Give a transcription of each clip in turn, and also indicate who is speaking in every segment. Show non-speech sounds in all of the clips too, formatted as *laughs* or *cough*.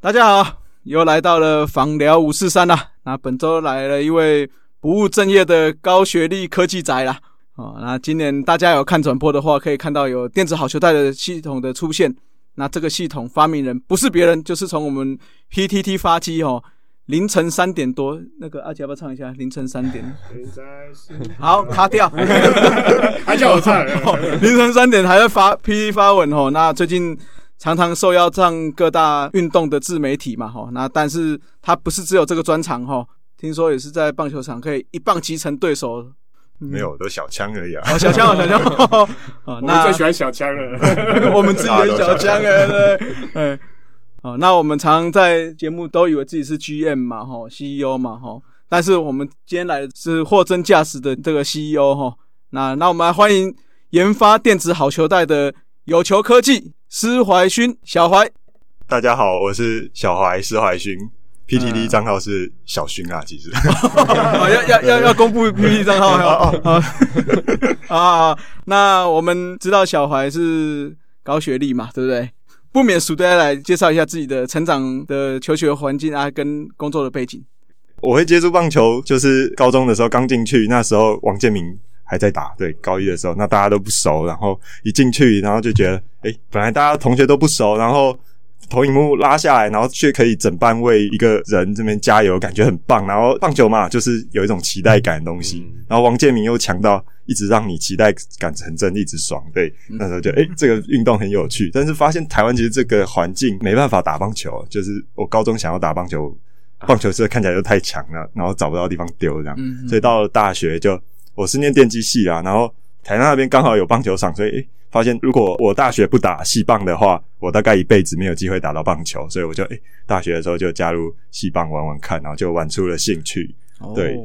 Speaker 1: 大家好，又来到了访聊五四三啦。那本周来了一位不务正业的高学历科技宅啦。哦，那今年大家有看转播的话，可以看到有电子好球带的系统的出现。那这个系统发明人不是别人，就是从我们 PTT 发机哦，凌晨三点多，那个阿杰要不要唱一下？凌晨三点，
Speaker 2: 人在是
Speaker 1: 好，卡掉。
Speaker 2: *laughs*
Speaker 1: 哦
Speaker 2: 还叫我唱，
Speaker 1: 凌晨三点还在发 P 发文哦。那最近常常受邀上各大运动的自媒体嘛吼，那但是他不是只有这个专长吼，听说也是在棒球场可以一棒击成对手。嗯
Speaker 3: 没，有，都小枪而已啊。 *laughs*
Speaker 1: 哦，小枪哦，小枪哦，哦
Speaker 2: 我们
Speaker 1: 那
Speaker 2: 最喜欢小枪了。
Speaker 1: *laughs* 我们自己的小江哎，对，哎，哦，那我们常在节目都以为自己是 GM 嘛，吼，CEO 嘛，吼，但是我们今天来的是货真价实的这个 CEO 吼，那那我们来欢迎研发电子好球带的有球科技施怀勋小怀，
Speaker 3: 大家好，我是小怀施怀勋，PTD 账号是小勋啊，其实 *laughs*
Speaker 1: 哦、要要要要公布 PPT 账号哦，好 *laughs* 啊，那我们知道小怀是高学历嘛，对不对？不免俗的来介绍一下自己的成长的求学环境啊，跟工作的背景。
Speaker 3: 我会接触棒球，就是高中的时候刚进去，那时候王建民还在打，对，高一的时候，那大家都不熟，然后一进去，然后就觉得，诶、本来大家同学都不熟，然后。投影幕拉下来，然后却可以整班为一个人这边加油，感觉很棒。然后棒球嘛，就是有一种期待感的东西。
Speaker 2: 嗯
Speaker 3: 然后王建民又强到一直让你期待感成真，一直爽。对，那时候就诶、这个运动很有趣。但是发现台湾其实这个环境没办法打棒球，就是我高中想要打棒球，棒球社看起来就太强了，然后找不到地方丢这样。
Speaker 1: 嗯，
Speaker 3: 所以到了大学就我是念电机系啊，然后台大那边刚好有棒球场，所以、诶发现如果我大学不打系棒的话，我大概一辈子没有机会打到棒球，所以我就诶、大学的时候就加入系棒玩玩看，然后就玩出了兴趣。
Speaker 1: 嗯哦
Speaker 3: 对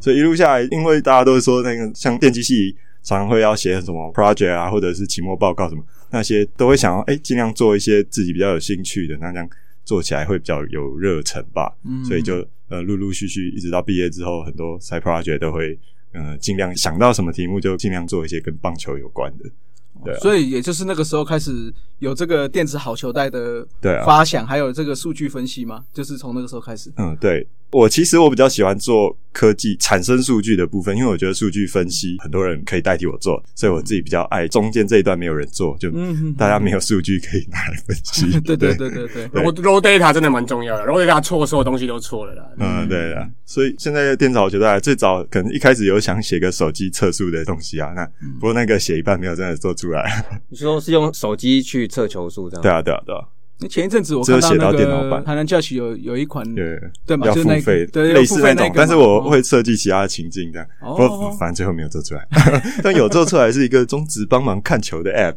Speaker 3: 所以一路下来，因为大家都说那个像电机系常常会要写什么 project 啊，或者是期末报告什么那些，都会想要哎尽量做一些自己比较有兴趣的，那这样做起来会比较有热忱吧。
Speaker 1: 嗯
Speaker 3: 所以就呃陆陆续续一直到毕业之后，很多 side project 都会呃尽量想到什么题目就尽量做一些跟棒球有关的。对啊
Speaker 1: 所以也就是那个时候开始有这个电子好球带的
Speaker 3: 对啊
Speaker 1: 发想，还有这个数据分析嘛，就是从那个时候开
Speaker 3: *laughs*
Speaker 1: 始。
Speaker 3: 嗯，对我其实我比较喜欢做科技产生数据的部分，因为我觉得数据分析很多人可以代替我做，所以我自己比较爱中间这一段没有人做，就
Speaker 1: 嗯，。
Speaker 3: 大家没有数据可以拿来分析
Speaker 1: *laughs* 对对对对对，
Speaker 2: *laughs* 我 raw data 真的蛮重要的，raw data 错，所有东西都错了啦。
Speaker 3: 嗯，对的。所以现在的电脑觉得最早可能一开始有想写个手机测速的东西啊，那
Speaker 1: 嗯
Speaker 3: 不过那个写一半没有真的做出来。
Speaker 4: 你说是用手机去测球速
Speaker 1: 嗯
Speaker 4: 这样？
Speaker 3: 对，啊，对啊，对啊，
Speaker 1: 那前一阵子我
Speaker 3: 只有
Speaker 1: 看到
Speaker 3: 写
Speaker 1: 那
Speaker 3: 到电脑
Speaker 1: 个
Speaker 3: 版
Speaker 1: 台南 Judge 有有一款
Speaker 3: 对，
Speaker 1: 对嘛，
Speaker 3: 要
Speaker 1: 就是那
Speaker 3: 付
Speaker 1: 个
Speaker 3: 费，
Speaker 1: 对
Speaker 3: 类似
Speaker 1: 付费
Speaker 3: 种
Speaker 1: 个，
Speaker 3: 但是
Speaker 1: 嘛
Speaker 3: 我
Speaker 1: 哦
Speaker 3: 会设计其他的情境这样，不
Speaker 1: 哦
Speaker 3: 过反正最后没有做
Speaker 1: *laughs*
Speaker 3: 出来，但有做出来是一个中职帮忙看球的 app，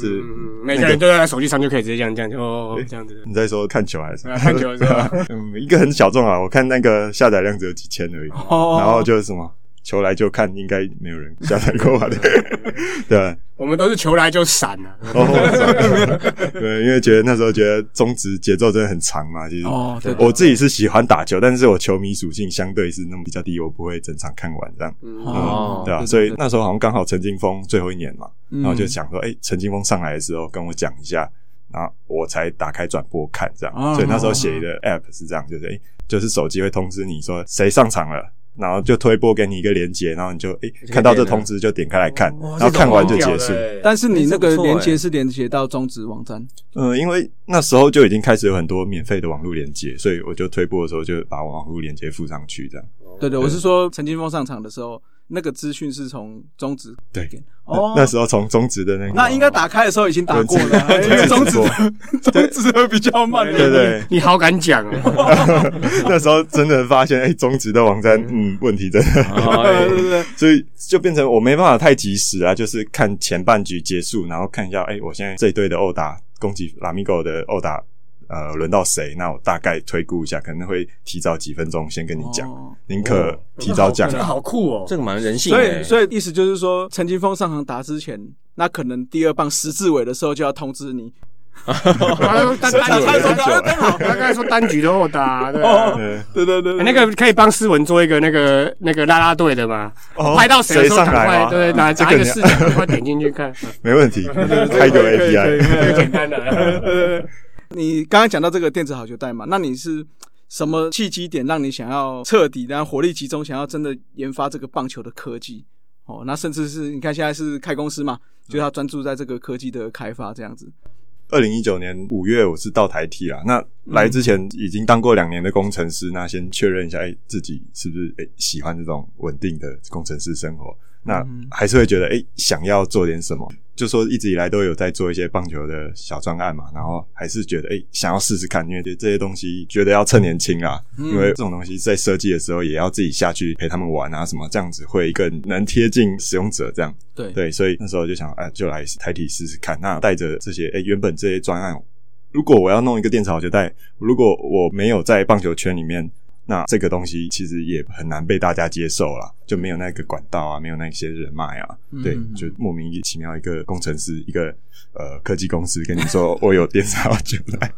Speaker 3: 是
Speaker 2: 嗯，每个人都在手机上就可以直接这样这样就哦这样子。
Speaker 3: 你在说看球还是
Speaker 2: 对啊看球是
Speaker 3: *laughs*
Speaker 2: 吧？
Speaker 3: 嗯，一个很小众啊，我看那个下载量只有几千而已。
Speaker 1: 哦，
Speaker 3: 然后就是什么球来就看，应该没有人下载
Speaker 1: *laughs*
Speaker 3: 过吧？对，对，啊
Speaker 2: 我们都是球来就闪啊了，
Speaker 3: 哦，对，因为觉得那时候觉得中职节奏真的很长嘛，其实。
Speaker 1: 哦，对，
Speaker 3: 我自己是喜欢打球，但是我球迷属性相对是那么比较低，我不会整场看完这样，
Speaker 2: 嗯
Speaker 4: 哦
Speaker 3: 对啊，所以那时候好像刚好陈金峰最后一年嘛，
Speaker 1: 然
Speaker 3: 然后就想说，哎、陈金峰上来的时候跟我讲一下，然后我才打开转播看这样。
Speaker 1: 哦
Speaker 3: 所以那时候写的 app 是这样，就是哎、诶就是手机会通知你说谁上场了。然后就推播给你一个连接，然后你就哎
Speaker 4: 点
Speaker 3: 看到这通知就点开来看，
Speaker 4: 哇
Speaker 3: 然后看完就结
Speaker 2: 这
Speaker 3: 束
Speaker 2: 种。很屌的欸
Speaker 1: 但是你那个
Speaker 4: 这不错欸
Speaker 1: 连接是连接到中职网站，
Speaker 3: 嗯，因为那时候就已经开始有很多免费的网络连接，所以我就推播的时候就把网络连接附上去，这样。
Speaker 4: 哦
Speaker 1: 对对，我是说陈金峰上场的时候，那个资讯是从中职
Speaker 3: 对
Speaker 1: 给，哦
Speaker 3: 那，那时候从中职的那个，
Speaker 1: 那应该打开的时候已经打过了啊，因为中职 *laughs* 中职会比较慢，
Speaker 3: 对对，
Speaker 2: 你好敢讲哦，
Speaker 3: *laughs* 那时候真的发现，哎、中职的网站，嗯，问题真的
Speaker 4: 哦
Speaker 1: 对对 *laughs* 对，
Speaker 3: 所以就变成我没办法太及时啊，就是看前半局结束，然后看一下，哎、我现在这一队的殴打攻击拉米狗的殴打，呃，轮到谁？那我大概推估一下，可能会提早几分钟先跟你讲，
Speaker 1: 哦
Speaker 3: 宁、可提早讲
Speaker 2: 这个
Speaker 3: 啊。
Speaker 2: 好酷哦
Speaker 4: 这。个蛮人性
Speaker 1: 所
Speaker 4: 的
Speaker 1: 以
Speaker 4: 欸。以
Speaker 1: 所以意思就是说，陈金峰上场打之前。那可能第二棒十字尾的时候就要通知你，
Speaker 2: 他他
Speaker 1: 打开的时候就哎刚好
Speaker 2: 刚才说单局都有打，对啊
Speaker 1: 哦，对对对，对
Speaker 2: 欸那个可以帮思文做一个那个那个啦啦队的吗？
Speaker 3: 哦
Speaker 2: 拍到谁的时候
Speaker 3: 谁上
Speaker 2: 赶
Speaker 3: 来
Speaker 2: 快
Speaker 3: 吗
Speaker 2: 对，拿
Speaker 3: 这
Speaker 2: 拿
Speaker 3: 个
Speaker 2: 一个
Speaker 3: 你要
Speaker 2: 视角，赶快点进去看，
Speaker 3: *laughs* 没问题，开
Speaker 1: 可以可以可以
Speaker 3: 一个 API。
Speaker 2: *laughs* 这个简单的。
Speaker 1: 你刚刚讲到这个电子好球带嘛，那你是什么契机点让你想要彻底，然后火力集中，想要真的研发这个棒球的科技？哦，那甚至是你看现在是开公司
Speaker 3: 嗯
Speaker 1: 嘛，就是他专注在这个科技的开发这样子。
Speaker 3: 二零一九年五月我是到台体啦，那来之前已经当过两年的工程师，那先确认一下，哎、自己是不是哎、喜欢这种稳定的工程师生活？那
Speaker 1: 嗯
Speaker 3: 还是会觉得哎、想要做点什么，就说一直以来都有在做一些棒球的小专案嘛，然后还是觉得哎、想要试试看，因为这些东西觉得要趁年轻啊，
Speaker 1: 嗯
Speaker 3: 因为这种东西在设计的时候也要自己下去陪他们玩啊什么，这样子会更能贴近使用者这样。
Speaker 1: 对，
Speaker 3: 对，所以那时候就想，哎、就来台体试试看。那带着这些，哎、原本这些专案，如果我要弄一个电潮球带，如果我没有在棒球圈里面，那这个东西其实也很难被大家接受啦，就没有那个管道啊，没有那些人脉啊。对
Speaker 1: 嗯，
Speaker 3: 就莫名其妙一个工程师，一个呃科技公司跟你说我有电潮球带，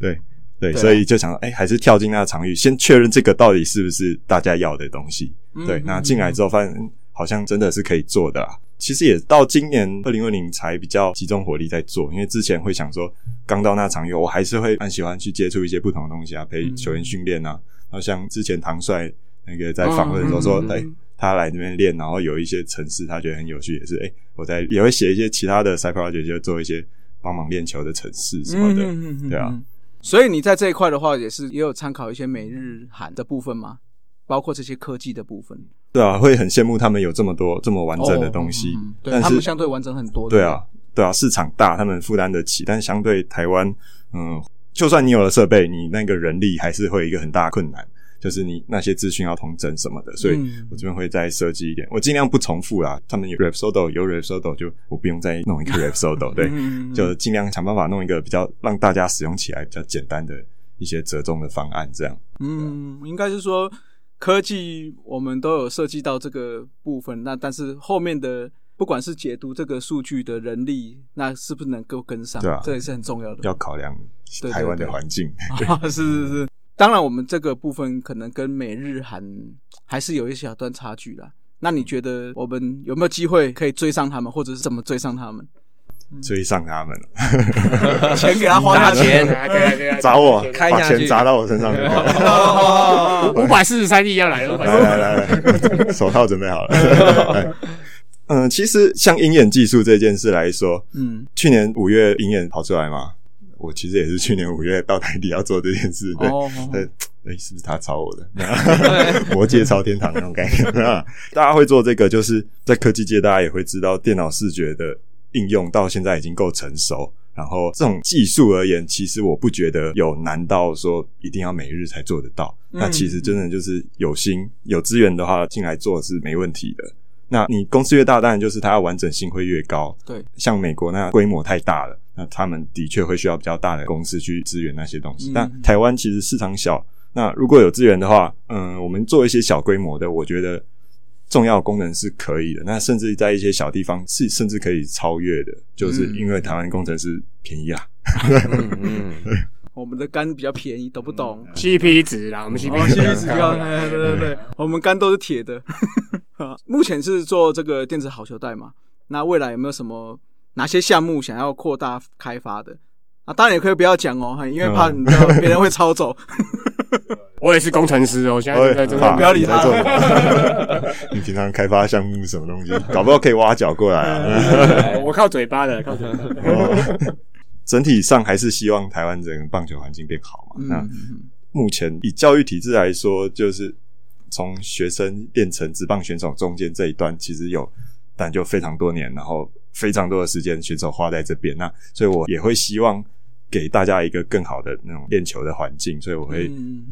Speaker 3: 对。对，
Speaker 1: 对啊
Speaker 3: 所以就想，哎、还是跳进那个场域，先确认这个到底是不是大家要的东西。
Speaker 1: 嗯
Speaker 3: 对，那进来之后发现嗯好像真的是可以做的啦。其实也到今年二零二零才比较集中火力在做，因为之前会想说，刚到那场有，我还是会蛮喜欢去接触一些不同的东西啊，陪
Speaker 1: 嗯
Speaker 3: 球员训练啊。然后像之前唐帅那个在访问的时候说
Speaker 1: 嗯嗯，嗯
Speaker 3: 哎、他来这边练，然后有一些城市他觉得很有趣，也是哎、我在也会写一些其他的 side project，就做一些帮忙练球的城市什么的。
Speaker 1: 嗯
Speaker 3: 对啊。
Speaker 1: 嗯嗯嗯嗯所以你在这一块的话，也是也有参考一些美日韩的部分吗？包括这些科技的部分，
Speaker 3: 对啊，会很羡慕他们有这么多这么完整的东西。
Speaker 1: 哦嗯嗯嗯对
Speaker 3: 但
Speaker 1: 他
Speaker 3: 是
Speaker 1: 们相对完整很多。
Speaker 3: 对啊，对啊，市场大，他们负担得起，但相对台湾，嗯，就算你有了设备，你那个人力还是会有一个很大的困难，就是你那些资讯要统整什么的，所以
Speaker 1: 嗯
Speaker 3: 我这边会再设计一点，我尽量不重复啦。他们有 Rapsodo 有 Rapsodo 就我不用再
Speaker 1: *laughs*
Speaker 3: 弄一个 Rapsodo，
Speaker 1: 对不对，嗯
Speaker 3: 对，
Speaker 1: 嗯嗯
Speaker 3: 就尽量想办法弄一个比较让大家使用起来比较简单的一些折中的方案，这样。
Speaker 1: 嗯，应该是说科技我们都有涉及到这个部分，那但是后面的不管是解读这个数据的人力，那是不是能够跟上？
Speaker 3: 对啊
Speaker 1: 这也是很重要的。
Speaker 3: 要考量
Speaker 1: 对对
Speaker 3: 台湾的
Speaker 1: 对 *laughs*
Speaker 3: 环境，
Speaker 1: 啊，是是是。当然，我们这个部分可能跟美日韩还是有一小段差距啦。那你觉得我们有没有机会可以追上他们，或者是怎么追上他们？
Speaker 3: 追上他们了。
Speaker 1: 钱给他花
Speaker 4: 大
Speaker 1: 下去。 *laughs*
Speaker 4: 钱
Speaker 2: 啊对啊对啊
Speaker 3: 砸我，
Speaker 2: 对啊
Speaker 4: 开
Speaker 3: 把
Speaker 4: 下
Speaker 3: 钱
Speaker 4: 去
Speaker 3: 砸到我身上就好。
Speaker 1: 哦哦哦
Speaker 2: 五百四十三亿要来了，五百
Speaker 3: 来
Speaker 2: 四 *laughs*
Speaker 3: 来来来，手套准备好了。嗯，其实像鹰眼技术这件事来说，
Speaker 1: 嗯，
Speaker 3: 去年五月鹰眼跑出来嘛，我其实也是去年五月到台底要做这件事，对。
Speaker 1: 哦，
Speaker 3: 对，哎、是不是他抄我的？ *laughs* 魔界抄天堂那种概念啊！大家会做这个，就是在科技界，大家也会知道，电脑视觉的应用到现在已经够成熟。然后这种技术而言，其实我不觉得有难到说一定要每日才做得到。
Speaker 1: 嗯
Speaker 3: 那其实真的就是有心有资源的话，进来做是没问题的。那你公司越大，当然就是它的完整性会越高。
Speaker 1: 对，
Speaker 3: 像美国那规模太大了，那他们的确会需要比较大的公司去支援那些东西。
Speaker 1: 嗯
Speaker 3: 但台湾其实市场小，那如果有资源的话，嗯，我们做一些小规模的，我觉得重要功能是可以的。那甚至在一些小地方是甚至可以超越的，就是
Speaker 1: 嗯
Speaker 3: 因为台湾工程师便宜啊。
Speaker 4: 嗯嗯，
Speaker 1: 我们的肝比较便宜，懂不懂？
Speaker 2: CP 值啦，我们 CP
Speaker 1: 哦，
Speaker 2: 值
Speaker 1: 吸力子高，
Speaker 2: 高
Speaker 1: 哎对对对，我们肝都是铁的。 *laughs* 目前是做这个电子好球带嘛？那未来有没有什么哪些项目想要扩大开发的？啊，当然也可以不要讲哦，嘿
Speaker 3: 嗯
Speaker 1: 因为怕你知道别人会抄走。
Speaker 2: 我也是工程师哦，
Speaker 1: 哎
Speaker 2: 我现在在真
Speaker 1: 好
Speaker 2: 的
Speaker 1: 不要理他
Speaker 3: 哎你在做什
Speaker 1: *laughs*
Speaker 3: 么你平常开发项目是什么东西，搞不好可以挖角过
Speaker 1: *laughs*
Speaker 3: 来啊。 *laughs*
Speaker 4: 嗯
Speaker 2: 我靠嘴巴的，靠嘴巴。
Speaker 3: 哦 *laughs* 整体上还是希望台湾整个棒球环境变好嘛。那
Speaker 1: 嗯，
Speaker 3: 目前以教育体制来说，就是从学生变成职棒选手中间这一段，其实有但就非常多年，然后非常多的时间选手花在这边。那所以我也会希望给大家一个更好的那种练球的环境，所以我会
Speaker 1: 嗯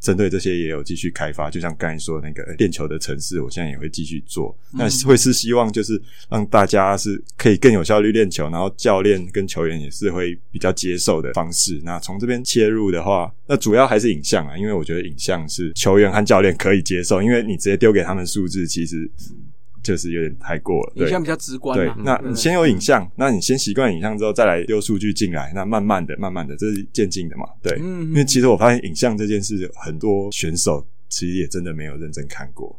Speaker 3: 针对这些也有继续开发。就像刚才说的那个呃练球的城市，我现在也会继续做。
Speaker 1: 嗯
Speaker 3: 那会是希望就是让大家是可以更有效率练球，然后教练跟球员也是会比较接受的方式。那从这边切入的话，那主要还是影像啊，因为我觉得影像是球员和教练可以接受，因为你直接丢给他们数字，其实就是有点太过了。对。
Speaker 1: 影像比较直观
Speaker 3: 对
Speaker 1: 嘛。，嗯
Speaker 3: 那
Speaker 1: 对
Speaker 3: 你先有影像，那你先习惯影像之后，再来丢数据进来，那慢慢的、慢慢的，这是渐进的嘛？对，
Speaker 1: 嗯
Speaker 3: 因为其实我发现影像这件事，很多选手其实也
Speaker 2: *laughs*
Speaker 3: 真的没有认真看过。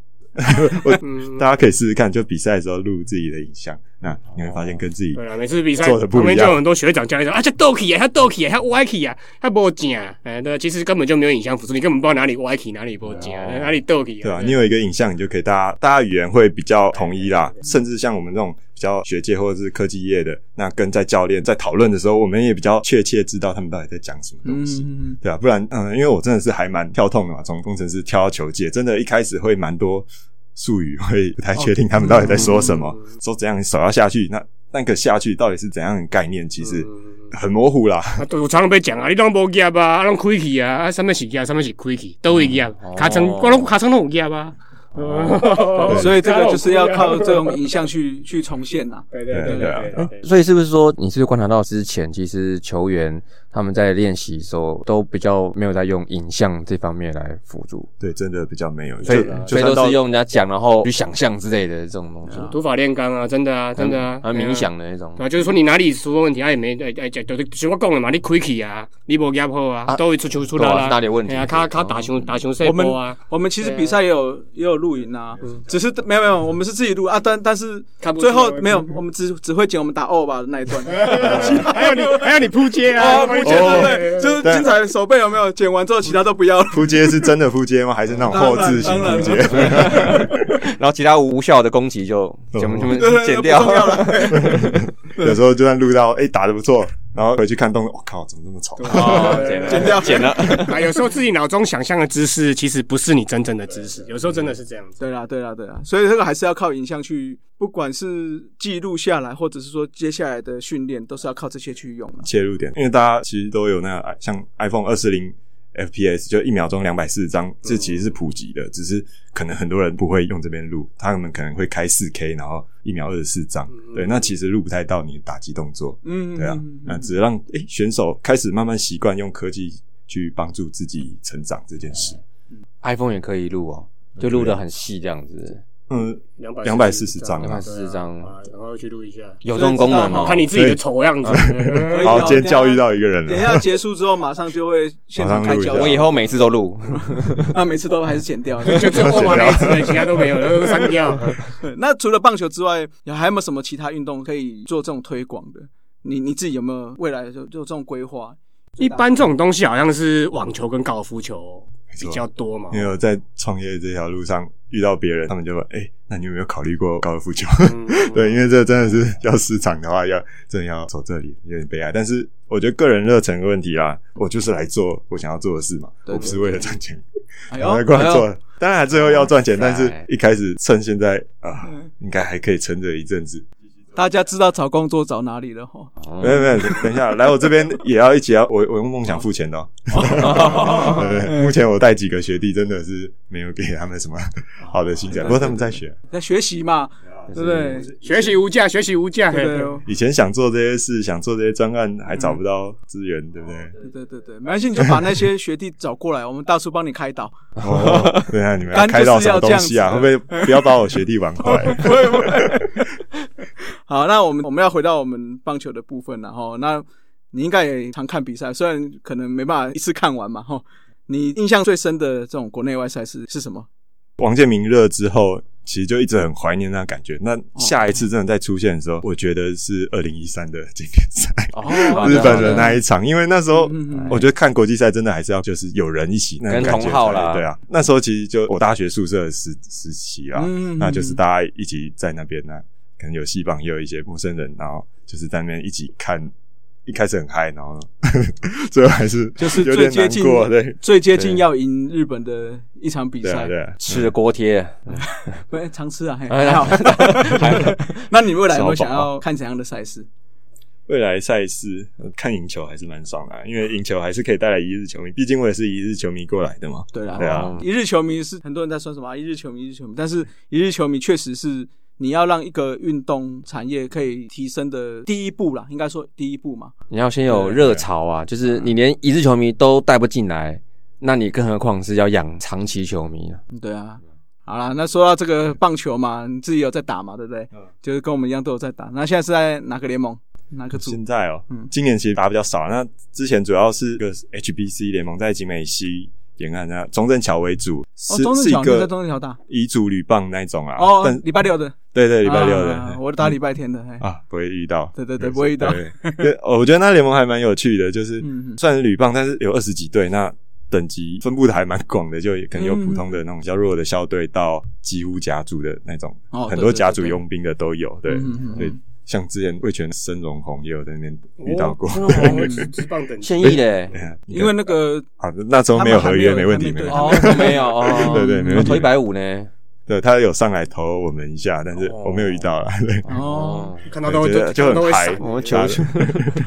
Speaker 3: 我
Speaker 2: 嗯，
Speaker 3: 大家可以试试看，就比赛的时候录自己的影像，那你会发现跟自己
Speaker 2: 对啊，每次比赛
Speaker 3: 做得不一
Speaker 2: 旁
Speaker 3: 样
Speaker 2: 边就有很多学长教练说啊，这斗气啊，他斗气啊，他歪气啊，他波紧啊，哎，对，其实根本就没有影像辅助，你根本不知道哪里歪气，哪里波紧啊，哪里斗气啊，
Speaker 3: 对啊，你有一个影像，你就可以大家大家语言会比较统一啦，甚至像我们这种比较学界或者是科技业的，那跟在教练在讨论的时候，我们也比较确切知道他们到底在讲什么东西。
Speaker 1: 嗯，
Speaker 3: 对啊，不然嗯，因为我真的是还蛮跳痛的嘛，从工程师跳到球界，真的一开始会蛮多术语， *laughs* 会不太确定他们到底在说什么，说怎样手要下去，那那个下去到底是怎样的概念，其实
Speaker 2: 嗯
Speaker 3: 很模糊啦。
Speaker 2: 啊，对，我常常被讲啊，你拢无夹啊，啊，拢开去啊，啊，什么是夹，什么是开去，都会夹
Speaker 4: 哦，
Speaker 2: 卡层我拢卡层拢有夹啊，哦
Speaker 1: 嗯所以这个就是要靠这种影像去去重现呐。
Speaker 2: *laughs* 对对
Speaker 3: 对
Speaker 2: 对
Speaker 3: 对啊
Speaker 2: 对对，
Speaker 4: 所以是不是说，你是不是观察到之前，其实球员他们在练习的时候都比较没有在用影像这方面来辅助，
Speaker 3: 对，真的比较没有，
Speaker 4: 所
Speaker 3: 就
Speaker 4: 以所以
Speaker 3: 就算
Speaker 4: 都
Speaker 3: 到
Speaker 4: 是用人家讲，然后去想象之类的这种东西，
Speaker 2: 土法炼钢啊，真的啊，真的啊，
Speaker 4: 很
Speaker 2: 哎呀
Speaker 4: 冥想的那种。
Speaker 2: 啊，就是说你哪里出问题，他也没哎哎，就就是我讲的嘛，你开去啊，你无夹好啊
Speaker 4: 啊，
Speaker 2: 都会出球出
Speaker 4: 对
Speaker 2: 到
Speaker 4: 啊
Speaker 2: 啦，
Speaker 4: 是哪里有问题
Speaker 2: 哎呀，他他打球打球赛
Speaker 1: 我们
Speaker 2: 波啊，
Speaker 1: 我们其实比赛也有也有录影啊，只是没有没有，我们是自己录啊，但但是
Speaker 2: 看不出
Speaker 1: 最
Speaker 2: 来
Speaker 1: 后没有，我们只只会剪我们打哦吧的那一段。
Speaker 2: 还有你还有你扑街
Speaker 1: 啊，
Speaker 2: 啊，
Speaker 1: 不剪对对，就是
Speaker 3: 对
Speaker 1: 精彩手背有没有剪完之后，其他都不要了。
Speaker 3: 扑街是真的扑街吗？还是那种后置型扑街？
Speaker 4: 然后其他无效的攻击就全部全
Speaker 1: *laughs* 对
Speaker 4: 部
Speaker 3: 嗯
Speaker 1: 对，
Speaker 4: 剪
Speaker 1: 不
Speaker 4: 掉
Speaker 1: 重。要
Speaker 3: *laughs*
Speaker 1: 了。
Speaker 3: *laughs* 有时候就算录到哎、打的不错，然后回去看动作，我、靠，怎么这么丑？
Speaker 4: 哦，剪
Speaker 1: *laughs*
Speaker 4: 了，
Speaker 1: 剪掉
Speaker 4: 剪了。
Speaker 2: 啊，有时候自己脑中想象的知识，其实不是你真正的知识，有时候真的是这样子。
Speaker 1: 对啦，对啦，对啦，所以这个还是要靠影像去，不管是记录下来，或者是说接下来的训练，都是要靠这些去用啊的。
Speaker 3: 切入点，因为大家其实都有那个像 iPhone 二四零 FPS，就一秒钟两百四十张，这其实是普及的，只是可能很多人不会用这边录，他们可能会开四 K，然后一秒二十四张，对，那其实录不太到你的打击动作，
Speaker 1: 嗯，
Speaker 3: 对啊，那只让诶、选手开始慢慢习惯用科技去帮助自己成长这件事。
Speaker 4: iPhone 也可以录哦，就录的很细这样子，
Speaker 3: 嗯，
Speaker 2: 两
Speaker 3: 240张
Speaker 4: 两百四十张，
Speaker 2: 啊，然后去录一下，
Speaker 4: 有这种功能
Speaker 1: 所以知道
Speaker 4: 哦。
Speaker 2: 看你自己的丑样子。
Speaker 1: 可以
Speaker 3: 嗯好，
Speaker 1: 哦
Speaker 3: 今天教育到一个人
Speaker 1: 等一
Speaker 3: 了，
Speaker 1: 下结束之后，马上就会现场开教
Speaker 3: 马上录一下
Speaker 4: 我以
Speaker 1: 学。
Speaker 4: 后每次都录，
Speaker 1: 啊，每次都还是剪掉。
Speaker 2: 就 *laughs* 只有我那一只，其他都没有，都删掉。
Speaker 1: 对那除了棒球之外，有还有没有什么其他运动可以做这种推广的？你你自己有没有未来就就这种规划？
Speaker 2: 一般这种东西好像是网球跟高尔夫球
Speaker 3: 错
Speaker 2: 比较多嘛。
Speaker 3: 因为我在创业这条路上遇到别人，他们就问：“哎、那你有没有考虑过高尔夫球？” *laughs*
Speaker 2: 嗯
Speaker 3: 对，因为这真的是要市场的话，要真的要走这里，有点悲哀。但是我觉得个人热忱的问题啦，我就是来做我想要做的事嘛，
Speaker 1: 对
Speaker 3: 我不是为了赚钱，
Speaker 1: 哎
Speaker 3: 我来过来做。当然最后要赚钱，
Speaker 4: 哇
Speaker 3: 但
Speaker 4: 塞
Speaker 3: 是一开始趁现在啊
Speaker 1: 嗯，
Speaker 3: 应该还可以撑着一阵子。
Speaker 1: 大家知道找工作找哪里了哈？
Speaker 4: 哦
Speaker 3: 没有没有，等一下来我这边也要一起要我我用梦想付钱的、哦。对 *laughs* 对目前我带几个学弟真的是没有给他们什么好的薪水，不过他们在学。
Speaker 1: 在学习嘛，对不对？
Speaker 2: 学习无价，学习无价。
Speaker 1: 对啊对
Speaker 2: *laughs*
Speaker 3: 以前想做这些事，想做这些专案，还找不到资源，对不对？
Speaker 1: 对对对对，没关系，你就把那些学弟找过来，我们大叔帮你开导。
Speaker 3: 哦，对啊，你们要开到什么东西啊？会
Speaker 1: 干
Speaker 3: 不会不要把我学弟玩坏？
Speaker 1: 好，那我们我们要回到我们棒球的部分了哈。那你应该也常看比赛，虽然可能没办法一次看完嘛哈。你印象最深的这种国内外赛事是什么？
Speaker 3: 王建民热之后，其实就一直很怀念那感觉。那下一次真的再出现的时候，我觉得是二零一三的经典赛，
Speaker 4: *laughs* 哦
Speaker 3: 日本的那一场，因为那时候
Speaker 1: 嗯嗯嗯
Speaker 3: 我觉得看国际赛真的还是要就是有人一起，那种
Speaker 4: 跟
Speaker 3: 感觉
Speaker 4: 同好
Speaker 3: 才
Speaker 4: 啦
Speaker 3: 对啊。那时候其实就我大学宿舍的时时期啦，
Speaker 1: 嗯嗯嗯
Speaker 3: 啊那就是大家一起在那边呢、可能有戏棒，也有一些陌生人，然后就是在那边一起看。一开始很嗨，然后 *laughs* 最后还是
Speaker 1: 就是
Speaker 3: *laughs* 有
Speaker 1: 最
Speaker 3: 点
Speaker 1: 接
Speaker 3: 难
Speaker 1: 近
Speaker 3: 过，对
Speaker 1: 最接近要赢日本的一场比
Speaker 3: 对啊
Speaker 1: 赛，
Speaker 3: 对啊，
Speaker 4: 吃的锅贴，
Speaker 1: 不是常吃啊，嘿
Speaker 4: 哎
Speaker 1: 还好。 *laughs* 那你未来有没有
Speaker 4: 吃
Speaker 1: 想
Speaker 3: 啊
Speaker 4: 好饱
Speaker 1: 要看怎样的赛事？
Speaker 3: 未来赛事呃看赢球还是蛮爽的啊、因为赢球还是可以带来一日球迷，毕竟我也是一日球迷过来的嘛。
Speaker 1: 对啦，
Speaker 3: 对啊
Speaker 4: 哦
Speaker 1: 一日球迷是很多人在说什么、啊一日球迷，一日球迷，但是一日球迷确实是你要让一个运动产业可以提升的第一步啦，应该说第一步嘛。
Speaker 4: 你要先有热潮啊，就是你连一日球迷都带不进来，那你更何况是要养长期球迷啊？
Speaker 1: 嗯对啊，好啦，那说到这个棒球嘛，你自己有在打嘛，对不对？
Speaker 3: 嗯
Speaker 1: 就是跟我们一样都有在打。那现在是在哪个联盟？哪个组
Speaker 3: 现？在哦、
Speaker 1: 嗯
Speaker 3: 今年其实打比较少，那之前主要是个 HBC 联盟在集美西沿岸啊，中正桥为主，
Speaker 1: 哦，
Speaker 3: 是、
Speaker 1: 中
Speaker 3: 是
Speaker 1: 正
Speaker 3: 一
Speaker 1: 桥，你在
Speaker 3: 个
Speaker 1: 中正桥打。
Speaker 3: 彝族旅棒那一种啊。
Speaker 1: 哦
Speaker 3: 但，
Speaker 1: 礼拜六的
Speaker 3: 对对，礼拜六
Speaker 1: 啊
Speaker 3: 的
Speaker 1: 我打礼拜天的，嘿
Speaker 3: 啊，不会遇到，
Speaker 1: 对对对不会遇到
Speaker 3: 对。对，哦我觉得那联盟还蛮有趣的，就是
Speaker 1: 嗯嗯
Speaker 3: 算是铝棒，但是有二十几队，那等级分布的还蛮广的，就可能有普通的那种比较弱的校队，到几乎甲组的那种，
Speaker 1: 哦
Speaker 3: 很
Speaker 1: 对
Speaker 3: 多
Speaker 1: 对
Speaker 3: 甲
Speaker 1: 对
Speaker 3: 组
Speaker 1: 对
Speaker 3: 佣兵的都有，对
Speaker 1: 嗯嗯嗯，
Speaker 3: 所以像之前魏全申荣宏也有在那边遇到过，
Speaker 2: 哦真的吗直棒等
Speaker 4: *laughs*
Speaker 2: 级
Speaker 4: 现役嘞，
Speaker 3: 对啊你
Speaker 1: 因为那
Speaker 3: *laughs*
Speaker 1: 个
Speaker 3: 啊那时候没有合约，
Speaker 1: 他们还没
Speaker 3: 没
Speaker 1: 有
Speaker 3: 问题，
Speaker 1: 还没
Speaker 3: 没问
Speaker 1: 对
Speaker 3: 题。
Speaker 4: *laughs* 哦，没有 *laughs* 哦，
Speaker 3: 对对没问题
Speaker 4: 投一百五呢，
Speaker 3: 对他有上来投我们一下，但是我没有遇到了， *laughs* 对，
Speaker 1: 哦，，
Speaker 2: 看到都会
Speaker 3: 对觉
Speaker 2: 看到
Speaker 3: 得就
Speaker 2: 都会
Speaker 3: 很
Speaker 2: 闪
Speaker 3: 嗨，
Speaker 4: 我们球
Speaker 3: 球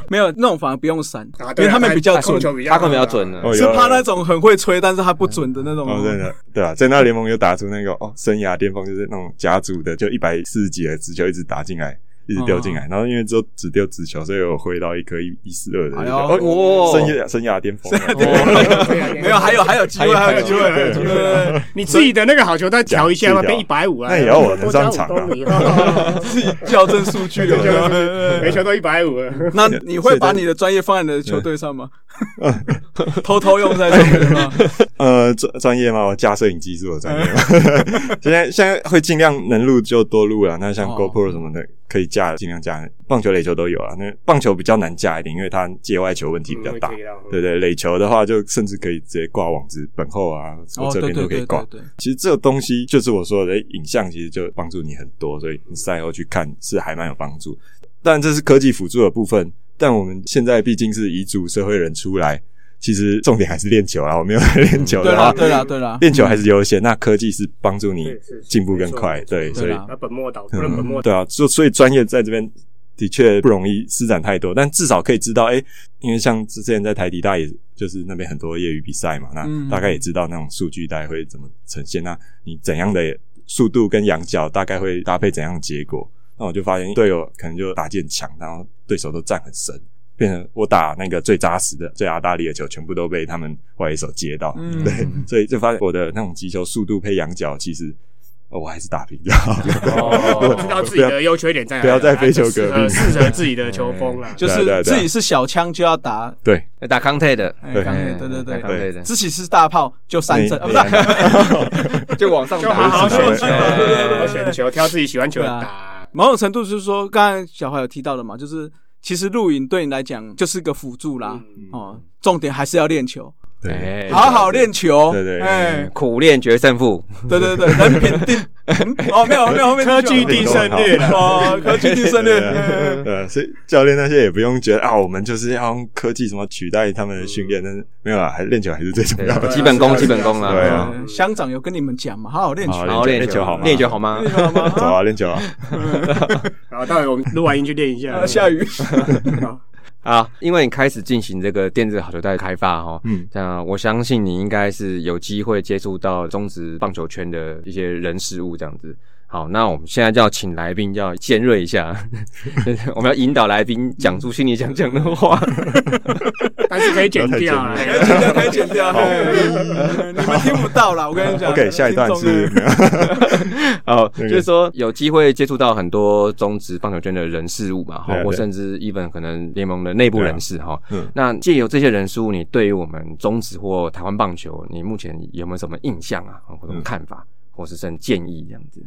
Speaker 1: 没有那种反而不用闪
Speaker 2: 啊，
Speaker 1: 因
Speaker 2: 对啊
Speaker 1: 为他们比较
Speaker 4: 他
Speaker 1: 控
Speaker 4: 控
Speaker 1: 球，
Speaker 4: 球
Speaker 2: 比
Speaker 4: 比
Speaker 2: 较
Speaker 4: 较他根本要准了
Speaker 3: 哦，
Speaker 1: 是怕那种很会吹，但是他不准的那种。
Speaker 3: 哦，真的，对啊，在那联盟有打出那个哦，生涯巅峰就是那种甲组的，就一百四十几的直球一直打进来，一直
Speaker 1: 嗯
Speaker 3: 丢进来，然后因为之后只丢直球，所以我挥到一颗一一四二的，
Speaker 1: 哎
Speaker 3: 就
Speaker 1: 呦
Speaker 3: 觉得哦，
Speaker 4: 哇
Speaker 3: 生涯生涯巅峰啊
Speaker 1: *laughs*
Speaker 3: 了，
Speaker 2: 啊
Speaker 1: 没有，还有还有机会，
Speaker 4: 还有
Speaker 1: 还有机会，还有机
Speaker 4: 还
Speaker 1: 会。
Speaker 2: 你自己的那个好球再调一下嘛，
Speaker 3: 自
Speaker 2: 变
Speaker 3: 己
Speaker 2: 一
Speaker 3: 调
Speaker 2: 百五啊，
Speaker 3: 那也要我能上场啊
Speaker 2: 多加五公里
Speaker 1: 自己校正数据
Speaker 3: *laughs*
Speaker 2: 对校正数据
Speaker 1: 了。
Speaker 2: 每球都一百五，啊
Speaker 1: 那你会把你的专业放在你的球队上吗？偷偷用在上面
Speaker 3: *laughs*
Speaker 1: 吗？
Speaker 3: 呃，专专业吗？我架摄影机是我专业吗？ *laughs* 现在现在会尽量能录就多录了。那像
Speaker 1: 哦
Speaker 3: GoPro 什么的，可以架尽量架。棒球、垒球都有啊。那棒球比较难架一点，因为它界外球问题比较大。
Speaker 2: 嗯可以啦嗯
Speaker 3: 对对，垒球的话，就甚至可以直接挂网子本后啊，我
Speaker 1: 哦，
Speaker 3: 这
Speaker 1: 对
Speaker 3: 边
Speaker 1: 对
Speaker 3: 都可以
Speaker 1: 对
Speaker 3: 挂
Speaker 1: 对。对，
Speaker 3: 其实这个东西就是我说的影像，其实就帮助你很多，所以你赛后去看是还蛮有帮助。但这是科技辅助的部分，但我们现在毕竟是遗嘱社会人出来，其实重点还是练球啊。我没有在练球
Speaker 1: 对啊
Speaker 3: 的
Speaker 1: 啦
Speaker 3: 话，
Speaker 1: 对啦对啦，
Speaker 3: 练球还是优先。那科技是帮助你
Speaker 2: 是是是
Speaker 3: 进步更快，
Speaker 2: 没错
Speaker 3: 对，
Speaker 2: 没错
Speaker 3: 所以
Speaker 1: 对啦
Speaker 2: 那本末倒，不能本
Speaker 3: 嗯
Speaker 2: 末
Speaker 3: 对啊，就所以专业在这边的确不容易施展太多，但至少可以知道，哎、因为像之前在台迪大也就是那边很多业余比赛嘛，
Speaker 1: 嗯
Speaker 3: 那大概也知道那种数据大概会怎么呈现，那你怎样的速度跟仰角大概会搭配怎样的结果，那我就发现队友可能就打剑强，然后对手都站很深。变成我打那个最扎实的、最阿大力的球，全部都被他们外野手接到，
Speaker 1: 嗯
Speaker 3: 对，所以就发现我的那种击球速度配仰角，其实、呃我还是打平就好 *laughs* 了。
Speaker 4: 哦
Speaker 2: 知道自己的优缺点在哪里，
Speaker 3: 嗯
Speaker 2: 啊
Speaker 3: 不要再飞球
Speaker 2: 适
Speaker 3: 隔
Speaker 2: 合
Speaker 3: 壁
Speaker 2: 适合自己的球风
Speaker 3: *laughs*
Speaker 2: 啦。
Speaker 1: 就
Speaker 3: 对啊对
Speaker 1: 是
Speaker 3: 啊对啊
Speaker 1: 自己是小枪就要打，
Speaker 3: 对，
Speaker 4: *laughs* 打康泰的，
Speaker 1: 哎，
Speaker 3: 对
Speaker 1: 刚才对对
Speaker 4: 打康
Speaker 1: 对，
Speaker 4: 泰的，
Speaker 1: 自己是大炮就三振，啊
Speaker 3: 你
Speaker 1: 不是。
Speaker 4: 就往上
Speaker 2: 就好好选球，好好
Speaker 4: 打，
Speaker 2: 选球，挑自己喜欢球的
Speaker 1: 对啊
Speaker 2: 打。
Speaker 1: 某种程度就是说，刚才小华有提到的嘛，就是其实录影对你来讲就是个辅助啦，
Speaker 2: 嗯
Speaker 1: 哦，重点还是要练球，
Speaker 3: 对，
Speaker 4: 哎
Speaker 1: 好好练球，
Speaker 3: 对对对
Speaker 1: 哎，
Speaker 4: 苦练决胜负，
Speaker 1: 对对对，人品定，嗯哦，没有没有，后面
Speaker 2: 科技定胜略啦，
Speaker 1: 哦，科技定胜略，
Speaker 3: 对啊
Speaker 1: 哎
Speaker 3: 对啊，所以教练那些也不用觉得啊，我们就是要用科技什么取代他们的训练，但是没有啊，还练球还是最重要的
Speaker 4: 对。基本功基本功啦，
Speaker 3: 对啊
Speaker 1: 嗯乡长有跟你们讲嘛，好好练球，
Speaker 3: 好
Speaker 4: 好好练球
Speaker 3: 练球好吗
Speaker 4: 练球好吗？
Speaker 3: 走啊，练球啊！
Speaker 2: 然后待会我们录完音去练一下
Speaker 3: *laughs*
Speaker 1: 呃。下雨，
Speaker 2: 好
Speaker 4: 啊，因为你开始进行这个电子好球带开发哈，
Speaker 3: 嗯，
Speaker 4: 那我相信你应该是有机会接触到中职棒球圈的一些人事物这样子。好，那我们现在就要请来宾要尖锐一下， *laughs* 我们要引导来宾讲出心里想讲的
Speaker 3: *laughs*
Speaker 4: 话。
Speaker 2: 但是可以剪掉啊。
Speaker 3: 不
Speaker 1: 可以剪掉，可以
Speaker 2: *laughs*
Speaker 1: 剪掉，哎你们听不到啦，我跟你讲
Speaker 3: OK，下一段是
Speaker 1: 听众
Speaker 4: 哦，
Speaker 3: 那个
Speaker 4: 就是说有机会接触到很多中职棒球圈的人事物嘛，哈
Speaker 3: 对，啊
Speaker 4: 或
Speaker 3: 对啊
Speaker 4: 甚至 even 可能联盟的内部
Speaker 3: 对啊
Speaker 4: 人士哈。
Speaker 3: 嗯
Speaker 4: 那借由这些人事物，你对于我们中职或台湾棒球，你目前有没有什么印象啊，或者
Speaker 3: 嗯
Speaker 4: 看法，或是甚至建议这样子？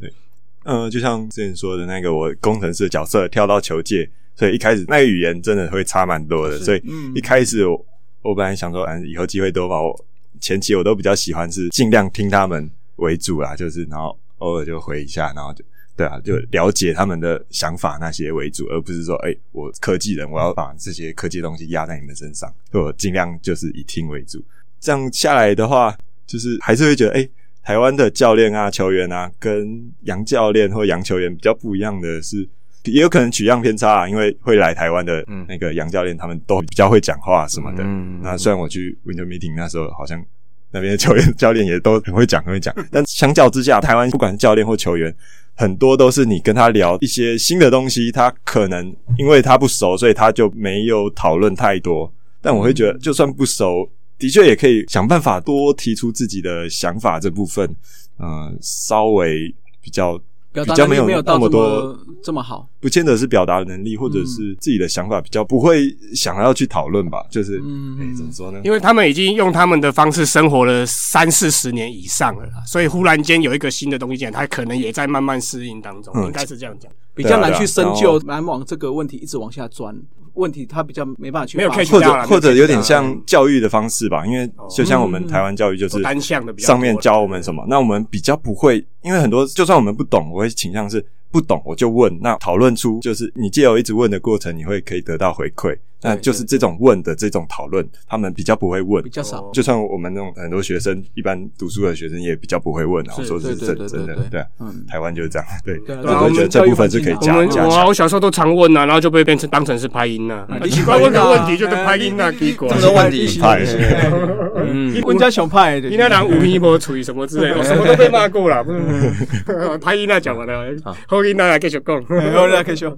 Speaker 3: 呃，就像之前说的那个，我工程师的角色跳到球界，所以一开始那个语言真的会差蛮多的。所以
Speaker 1: 嗯
Speaker 3: 一开始我我本来想说，嗯，以后机会多嘛，我前期我都比较喜欢是尽量听他们为主啦，就是然后偶尔就回一下，然后就。对啊，就了解他们的想法那些为主，而不是说，哎、我科技人，我要把这些科技的东西压在你们身上，所以我尽量就是以听为主。这样下来的话，就是还是会觉得，哎、台湾的教练啊、球员啊，跟洋教练或洋球员比较不一样的是，也有可能取样偏差啊，因为会来台湾的
Speaker 4: 嗯
Speaker 3: 那个洋教练，他们都比较会讲话什么的。
Speaker 4: 嗯
Speaker 3: 那虽然我去 Winter Meeting 那时候，好像那边的球员教练也都很会讲，很会讲，但相较之下，台湾不管是教练或球员。很多都是你跟他聊一些新的东西，他可能因为他不熟，所以他就没有讨论太多。但我会觉得，就算不熟，的确也可以想办呃法多提出自己的想法这部分，嗯、稍微比较
Speaker 1: 表达
Speaker 3: 比较
Speaker 1: 能力
Speaker 3: 没有
Speaker 1: 没有
Speaker 3: 那
Speaker 1: 到
Speaker 3: 么
Speaker 1: 这
Speaker 3: 多
Speaker 1: 么这么好。
Speaker 3: 不见得是表达能力，或者是自己的想法比较不会想要去讨论吧，就是，
Speaker 1: 嗯
Speaker 3: 哎，怎么说呢？
Speaker 2: 因为他们已经用他们的方式生活了三四十年以上了啦，所以忽然间有一个新的东西进来，他可能也在慢慢适应当中，
Speaker 3: 嗯
Speaker 2: 应该是这样讲。
Speaker 1: 比较难
Speaker 3: 对啊
Speaker 1: 去深
Speaker 3: 然
Speaker 1: 究
Speaker 3: 后，
Speaker 1: 难往这个问题一直往下钻。问题他比较没办法去
Speaker 2: 没有
Speaker 1: 发
Speaker 2: catch
Speaker 1: 掘
Speaker 3: 或
Speaker 2: 到啦
Speaker 3: 者或者有点
Speaker 2: 没有
Speaker 3: 像
Speaker 2: catch
Speaker 3: 教育的方式吧，因为就像我们
Speaker 1: 嗯
Speaker 3: 台湾教育就是
Speaker 2: 都单向的比较多
Speaker 3: 上面教我们什么，那我们比较不会，因为很多就算我们不懂，我会倾向是不懂我就问，那讨论出就是你借由一直问的过程，你会可以得到回馈，那就是这种问的这种讨论，他们比较不会问
Speaker 1: 比。较少
Speaker 2: 哦。
Speaker 3: 就算我们那种很多学生，一般读书的学生也比较不会问啊，我
Speaker 1: 是
Speaker 3: 说这是
Speaker 1: 对
Speaker 3: 真
Speaker 1: 对
Speaker 3: 真
Speaker 1: 对
Speaker 3: 的
Speaker 1: 对，
Speaker 3: 对啊，
Speaker 1: 嗯，
Speaker 3: 台湾就是这样，对，
Speaker 1: 对啊
Speaker 3: 所
Speaker 2: 对
Speaker 3: 以
Speaker 2: 啊
Speaker 3: 我觉得这部分是可以
Speaker 2: 我
Speaker 1: 假
Speaker 3: 加
Speaker 2: 们
Speaker 3: 加
Speaker 2: 我啊
Speaker 3: 强。
Speaker 2: 我小时候都常问啊，然后就被变成当成是拍音啊，
Speaker 1: 你
Speaker 2: 奇怪问个问题就是拍音啊，奇怪
Speaker 1: 这。么
Speaker 4: 多
Speaker 1: 多
Speaker 4: 问
Speaker 1: 问
Speaker 4: 题
Speaker 1: 题，
Speaker 3: 派
Speaker 4: 嗯，
Speaker 1: *laughs* 温家熊派的，
Speaker 2: 你那人五音波处于什么之类的，我什么都被骂过了。不是拍音啊，讲完了
Speaker 4: 好，
Speaker 2: 后音啊继续讲。
Speaker 1: 哎我那可以说，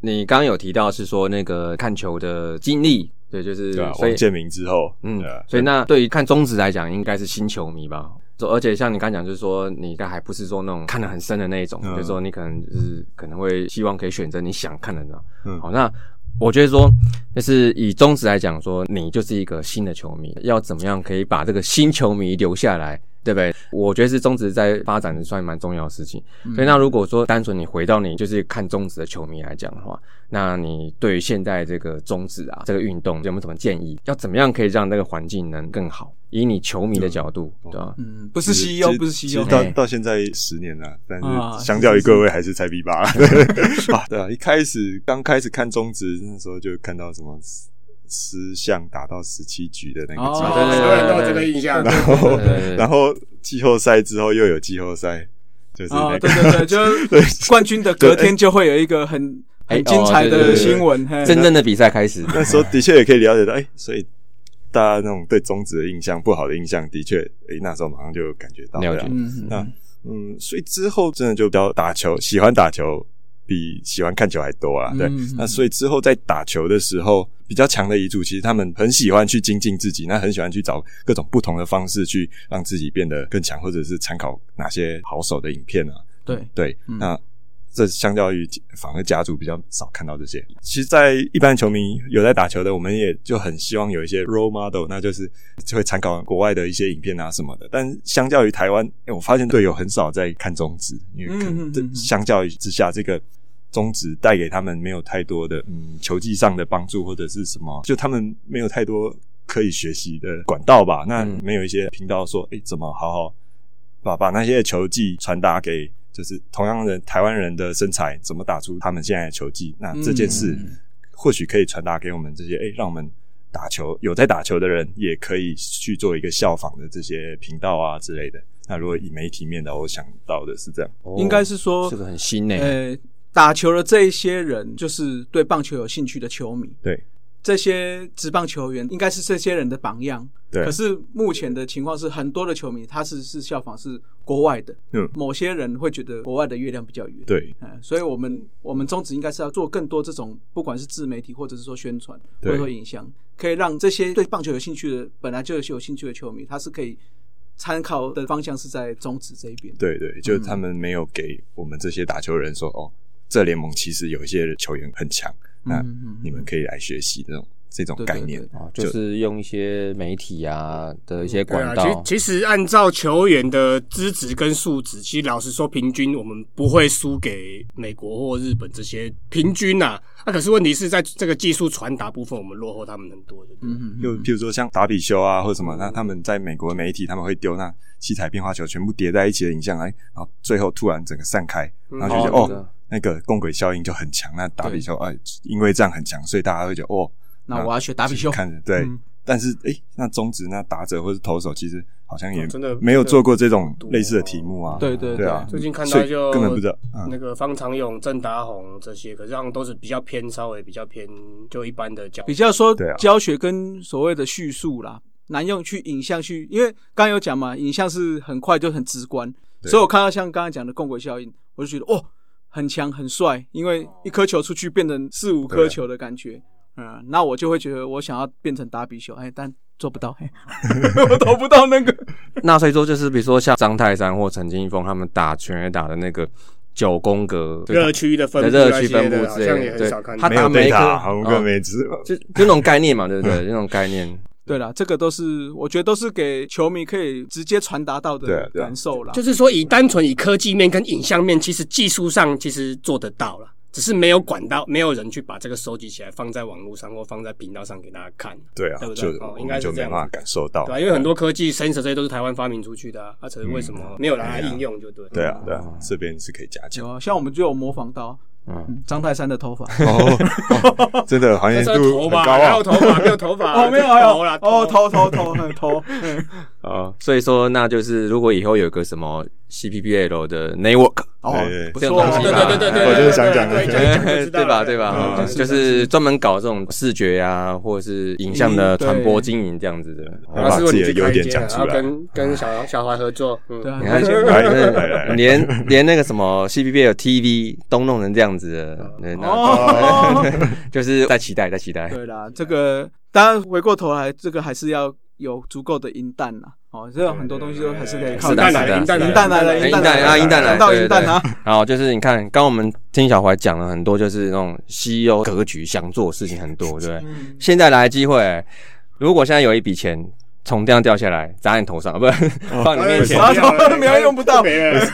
Speaker 4: 你刚刚有提到是说那个看球的经历，对，就是
Speaker 3: 对啊，
Speaker 4: 所以
Speaker 3: 王建民之后，
Speaker 4: 嗯
Speaker 3: 对啊，
Speaker 4: 所以那对于看中职来讲，应该是新球迷吧。就而且像你刚讲，就是说你应该还不是说那种看得很深的那一种，
Speaker 3: 嗯
Speaker 4: 就是说你可能就是可能会希望可以选择你想看的那种。
Speaker 3: 嗯
Speaker 4: 好，那我觉得说，就是以中职来讲说，你就是一个新的球迷，要怎么样可以把这个新球迷留下来，对不对？我觉得是中职在发展的算蛮重要的事情。所以那如果说单纯你回到你就是看中职的球迷来讲的话，那你对于现在这个中职啊这个运动有没有什么建议？要怎么样可以让那个环境能更好？以你球迷的角度，对吧、
Speaker 1: 嗯，不
Speaker 3: 不
Speaker 1: 是西欧，不是西
Speaker 3: 其
Speaker 1: 欧
Speaker 3: 实，到
Speaker 4: 嘿
Speaker 3: 到现在十年了，但
Speaker 1: 啊
Speaker 3: 是相较于各位还是才
Speaker 1: *laughs*
Speaker 3: 比八 *laughs* 啊，对啊，一开始刚开始看中职那时候就看到什么十十项打到十七局的那个记录，
Speaker 1: 哦
Speaker 4: 对对
Speaker 2: 很
Speaker 4: 对
Speaker 2: 多人都有这个印象。
Speaker 3: 然后
Speaker 4: 对对对
Speaker 3: 然后季后赛之后又有季后赛，就是
Speaker 1: 啊，
Speaker 3: 那
Speaker 1: 对
Speaker 3: 个
Speaker 1: 对对，就是冠军的隔天就会有一个很
Speaker 4: 哎
Speaker 1: 很精彩
Speaker 4: 哦对对
Speaker 1: 的
Speaker 4: 对哦
Speaker 1: 新闻，嘿
Speaker 4: 真正的比赛开始，
Speaker 3: 那时候的确也可以了解到，哎，所以。大家那种对中职的印象不好的印象，的确，哎、那时候马上就感觉到
Speaker 4: 了
Speaker 3: 对啊
Speaker 4: 解
Speaker 1: 嗯
Speaker 3: 那嗯，所以之后真的就比较打球，喜欢打球比喜欢看球还多啊。对，
Speaker 1: 嗯
Speaker 3: 那所以之后在打球的时候，比较强的遗嘱，其实他们很喜欢去精进自己，那很喜欢去找各种不同的方式去让自己变得更强，或者是参考哪些好手的影片啊。
Speaker 1: 对，
Speaker 3: 对，
Speaker 1: 嗯
Speaker 3: 那这相较于反而家族比较少看到这些。其实，在一般球迷有在打球的，我们也就很希望有一些 role model，那就是就会参考国外的一些影片啊什么的。但相较于台湾，诶我发现队友很少在看中职，因为可
Speaker 1: 嗯嗯
Speaker 3: 能
Speaker 1: 嗯
Speaker 3: 这
Speaker 1: 嗯
Speaker 3: 相较于之下，这个。中职带给他们没有太多的嗯球技上的帮助或者是什么，就他们没有太多可以学习的管道吧。那
Speaker 4: 嗯
Speaker 3: 没有一些频道说，哎、怎么好好把把那些球技传达给就是同样的台湾人的身材，怎么打出他们现在的球技？那这件事
Speaker 1: 嗯
Speaker 3: 或许可以传达给我们这些，哎、让我们打球有在打球的人也可以去做一个效仿的这些频道啊之类的。那如果以媒体面的，我想到的是这样，
Speaker 4: 哦
Speaker 1: 应该是说
Speaker 4: 这个很新呢、
Speaker 1: 呃，打球的这一些人，就是对棒球有兴趣的球迷。
Speaker 3: 对，
Speaker 1: 这些职棒球员应该是这些人的榜样。
Speaker 3: 对
Speaker 1: 可是目前的情况是，很多的球迷他是是效仿是国外的。
Speaker 3: 嗯
Speaker 1: 某些人会觉得国外的月亮比较圆。。
Speaker 3: 对
Speaker 1: 嗯，所以我们我们宗旨应该是要做更多这种，不管是自媒体或者是说宣传，或
Speaker 3: 对
Speaker 1: 者说影像，可以让这些对棒球有兴趣的本来就有兴趣的球迷，他是可以参考的方向是在宗旨这一边。
Speaker 3: 对对，就他们没有给我们这些打球人说，哦，这联盟其实有一些球员很强，那
Speaker 1: 嗯嗯
Speaker 3: 啊你们可以来学习这种这种
Speaker 1: 对对
Speaker 3: 概念
Speaker 1: 对。
Speaker 4: 啊，就是用一些媒体啊的一些
Speaker 2: 对
Speaker 4: 管
Speaker 2: 啊，
Speaker 4: 道，
Speaker 2: 其其实按照球员的资质跟素质，其实老实说，平均我们不会输给美国或日本这些平均呐、啊。那、可是问题是在这个技术传达部分，我们落后他们很多。嗯，
Speaker 1: 嗯嗯
Speaker 3: 就譬如说像达比修啊，或者什么，那他们在美国媒体他们会丢那七彩变化球全部叠在一起的影像，哎，然后最后突然整个散开，然后就觉得
Speaker 4: 哦
Speaker 3: 哦，那个共轨效应就很强。那达比修哎，因为这样很强，所以大家会觉得哦，
Speaker 1: 那我要学达比修。
Speaker 3: 看着对
Speaker 1: 嗯。
Speaker 3: 但是哎，那中职那打者或是投手，其实好像也
Speaker 2: 哦真的
Speaker 3: 没有做过这种类似的题目啊。
Speaker 1: 对对
Speaker 3: 对啊，
Speaker 2: 最近看到
Speaker 3: 所以
Speaker 2: 就
Speaker 3: 根本不知道，嗯，
Speaker 2: 那个方长勇、郑达宏这些，可是他们都是比较偏稍微比较偏就一般的教
Speaker 1: 比较说
Speaker 3: 对啊
Speaker 1: 教学跟所谓的叙述啦，难用去影像去，因为刚有讲嘛，影像是很快就很直观，
Speaker 3: 对
Speaker 1: 所以我看到像刚才讲的共轨效应，我就觉得哦，很强很帅，因为一颗球出去变成四五
Speaker 3: 对
Speaker 1: 颗
Speaker 3: 啊
Speaker 1: 球的感觉，嗯，那我就会觉得我想要变成打比球，哎，但做不到，嘿
Speaker 3: *laughs*
Speaker 1: 我投不到那个，
Speaker 4: *laughs* 那所以说，就是比如说像张泰山或陈金峰他们打拳垒打的那个九宫格
Speaker 2: 热区的分布
Speaker 4: 热
Speaker 2: 那
Speaker 4: 区
Speaker 2: 些
Speaker 4: 分布
Speaker 2: 的，好
Speaker 4: 之
Speaker 2: 像
Speaker 4: 类
Speaker 2: 也
Speaker 4: 的，
Speaker 2: 很
Speaker 4: 对
Speaker 2: 少看，
Speaker 4: 他
Speaker 3: 没
Speaker 4: 打
Speaker 3: 有
Speaker 4: 每
Speaker 3: 对
Speaker 4: 一
Speaker 3: 塔，
Speaker 4: 颗
Speaker 3: 红跟
Speaker 4: 哦
Speaker 3: 梅子，
Speaker 4: 就就那种概念嘛，对不对？那种概念，
Speaker 1: 对了，这个都是我觉得都是给球迷可以直接传达到
Speaker 3: 对
Speaker 1: 的
Speaker 3: 啊对啊
Speaker 1: 感受啦。
Speaker 2: 就是说，以单纯以科技面跟影像面，其实技术上其实做得到了，只是没有管道，没有人去把这个收集起来放在网络上或放在频道上给大家看，
Speaker 3: 对啊
Speaker 2: 对不，对
Speaker 3: 就
Speaker 2: 哦
Speaker 3: 我
Speaker 2: 应
Speaker 3: 们
Speaker 2: 该是
Speaker 3: 就
Speaker 2: 这
Speaker 3: 没
Speaker 2: 样
Speaker 3: 办
Speaker 2: 子
Speaker 3: 法感受到
Speaker 2: 对吧、，啊因为很多科技、sensor 这些都是台湾发明出去的啊，啊，所以为什么没有拿来应用就对了。
Speaker 3: 对啊，对啊
Speaker 4: 哦，
Speaker 3: 这边是可以加强
Speaker 1: 有啊，像我们就有模仿到
Speaker 4: 嗯，
Speaker 1: 嗯张泰山的头发
Speaker 3: 哦， *laughs* 真的还
Speaker 2: 那
Speaker 3: 原
Speaker 2: 是
Speaker 3: 度
Speaker 2: 头
Speaker 3: 很
Speaker 2: 发，
Speaker 3: 高
Speaker 2: 哪有
Speaker 3: 啊。
Speaker 2: 头发？没有头发
Speaker 1: 哦，没有，还有
Speaker 2: 头啦，
Speaker 1: 哦，头头头嗯头，嗯
Speaker 4: 哦，所以说那就是如果以后有个什么 CPBL 的 network
Speaker 1: 哦
Speaker 3: *laughs* 对，
Speaker 1: 不
Speaker 4: 这种
Speaker 1: 错
Speaker 4: 东
Speaker 1: 啊，
Speaker 4: 西
Speaker 2: 对
Speaker 4: 吧
Speaker 2: 对对对对，
Speaker 3: 我就是想讲
Speaker 2: 对
Speaker 3: 这个
Speaker 2: 对对对
Speaker 4: 对吧？对吧？哦
Speaker 3: 嗯
Speaker 4: 就就是专门搞这种视觉啊，或者是影像的传播经营这样子的。
Speaker 3: 然后把自己的优点讲出来
Speaker 2: 然后跟跟小小华合作，嗯
Speaker 1: 对啊
Speaker 4: 你看，现
Speaker 3: 来来来来
Speaker 4: 连连那个什么 CPBL TV 都弄成这样子的，对
Speaker 1: 哦
Speaker 4: 那就是在期待，在期待。
Speaker 1: 对啦，这个当然回过头来，这个还是要有足够的银弹啦。哦，这有很多东西都还是可以靠
Speaker 2: 是
Speaker 4: 的
Speaker 2: 蛋
Speaker 1: 银
Speaker 4: 是
Speaker 2: 奶，
Speaker 4: 的
Speaker 2: 银蛋
Speaker 4: 是的
Speaker 1: 弹来了，
Speaker 4: 银
Speaker 1: 弹
Speaker 4: 弹
Speaker 1: 来
Speaker 4: 啊，银弹来，
Speaker 1: 看到银
Speaker 4: 对
Speaker 1: 弹。啊
Speaker 4: 对，然后就是你看，刚刚我们听小怀讲了很多，就是那种西欧格局，想做的事情很多，对不
Speaker 1: 嗯
Speaker 4: 对？现在来机会，如果现在有一笔钱从这样掉下来砸你头上，不是
Speaker 1: *laughs*
Speaker 4: 放
Speaker 1: 哦
Speaker 4: 你面前
Speaker 1: 砸，头啊没有用不到
Speaker 2: *laughs* 没了， *laughs*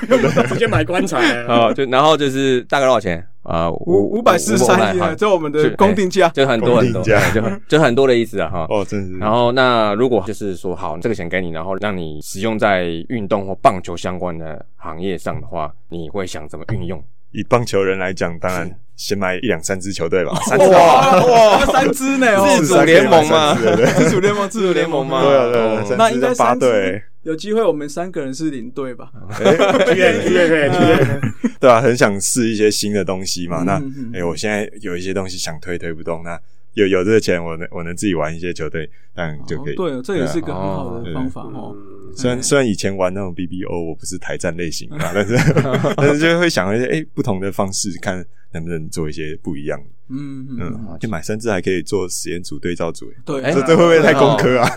Speaker 2: 直接买棺材了。
Speaker 4: *laughs* 哦，就然后就是大概多少钱啊？五
Speaker 1: 五五百四十三亿，
Speaker 4: 好
Speaker 1: 啊，这我们的
Speaker 4: 是
Speaker 1: 公定价。
Speaker 4: 就很多很多，
Speaker 3: 公定价
Speaker 4: 对就很就很多的意思啊哈。
Speaker 3: 哦，真是
Speaker 4: 然后那如果就是说好，这个钱给你，然后让你使用在运动或棒球相关的行业上的话，你会想怎么运用？
Speaker 3: 以棒球人来讲，当然先买一两三支球队吧，三支
Speaker 1: 哇 *laughs* 哇，三支呢！哦
Speaker 4: 自主联盟吗
Speaker 3: 至少可以买三支对对
Speaker 1: *laughs*
Speaker 3: 对
Speaker 1: 自主联盟，自主联盟
Speaker 4: 吗
Speaker 1: 吗？
Speaker 3: *laughs* 对啊对啊
Speaker 4: 哦
Speaker 3: 三
Speaker 1: 那应该
Speaker 3: 八
Speaker 1: 三
Speaker 3: 队
Speaker 1: 支，。有机会我们三个人是领队吧？
Speaker 2: 去练去练去练去练，
Speaker 3: 对啊，很想试一些新的东西嘛。
Speaker 1: 嗯
Speaker 3: 那
Speaker 1: 嗯嗯
Speaker 3: 哎、我现在有一些东西想推推不动，那有有这个钱，我能我能自己玩一些球队，那就
Speaker 1: 哦
Speaker 3: 可以。
Speaker 1: 对，这也是一个很好
Speaker 3: 对
Speaker 1: 的
Speaker 3: 啊
Speaker 1: 方法哦。
Speaker 3: 虽然虽然以前玩那种 BBO，我不是台战类型嘛， *laughs* 但是但是就会想一些哎、不同的方式，看能不能做一些不一样。
Speaker 1: 嗯嗯嗯，
Speaker 3: 嗯，就买三支还可以做实验组对照组，哎
Speaker 1: 对，
Speaker 3: *laughs*
Speaker 4: 哎
Speaker 3: 这这会不会太工科啊？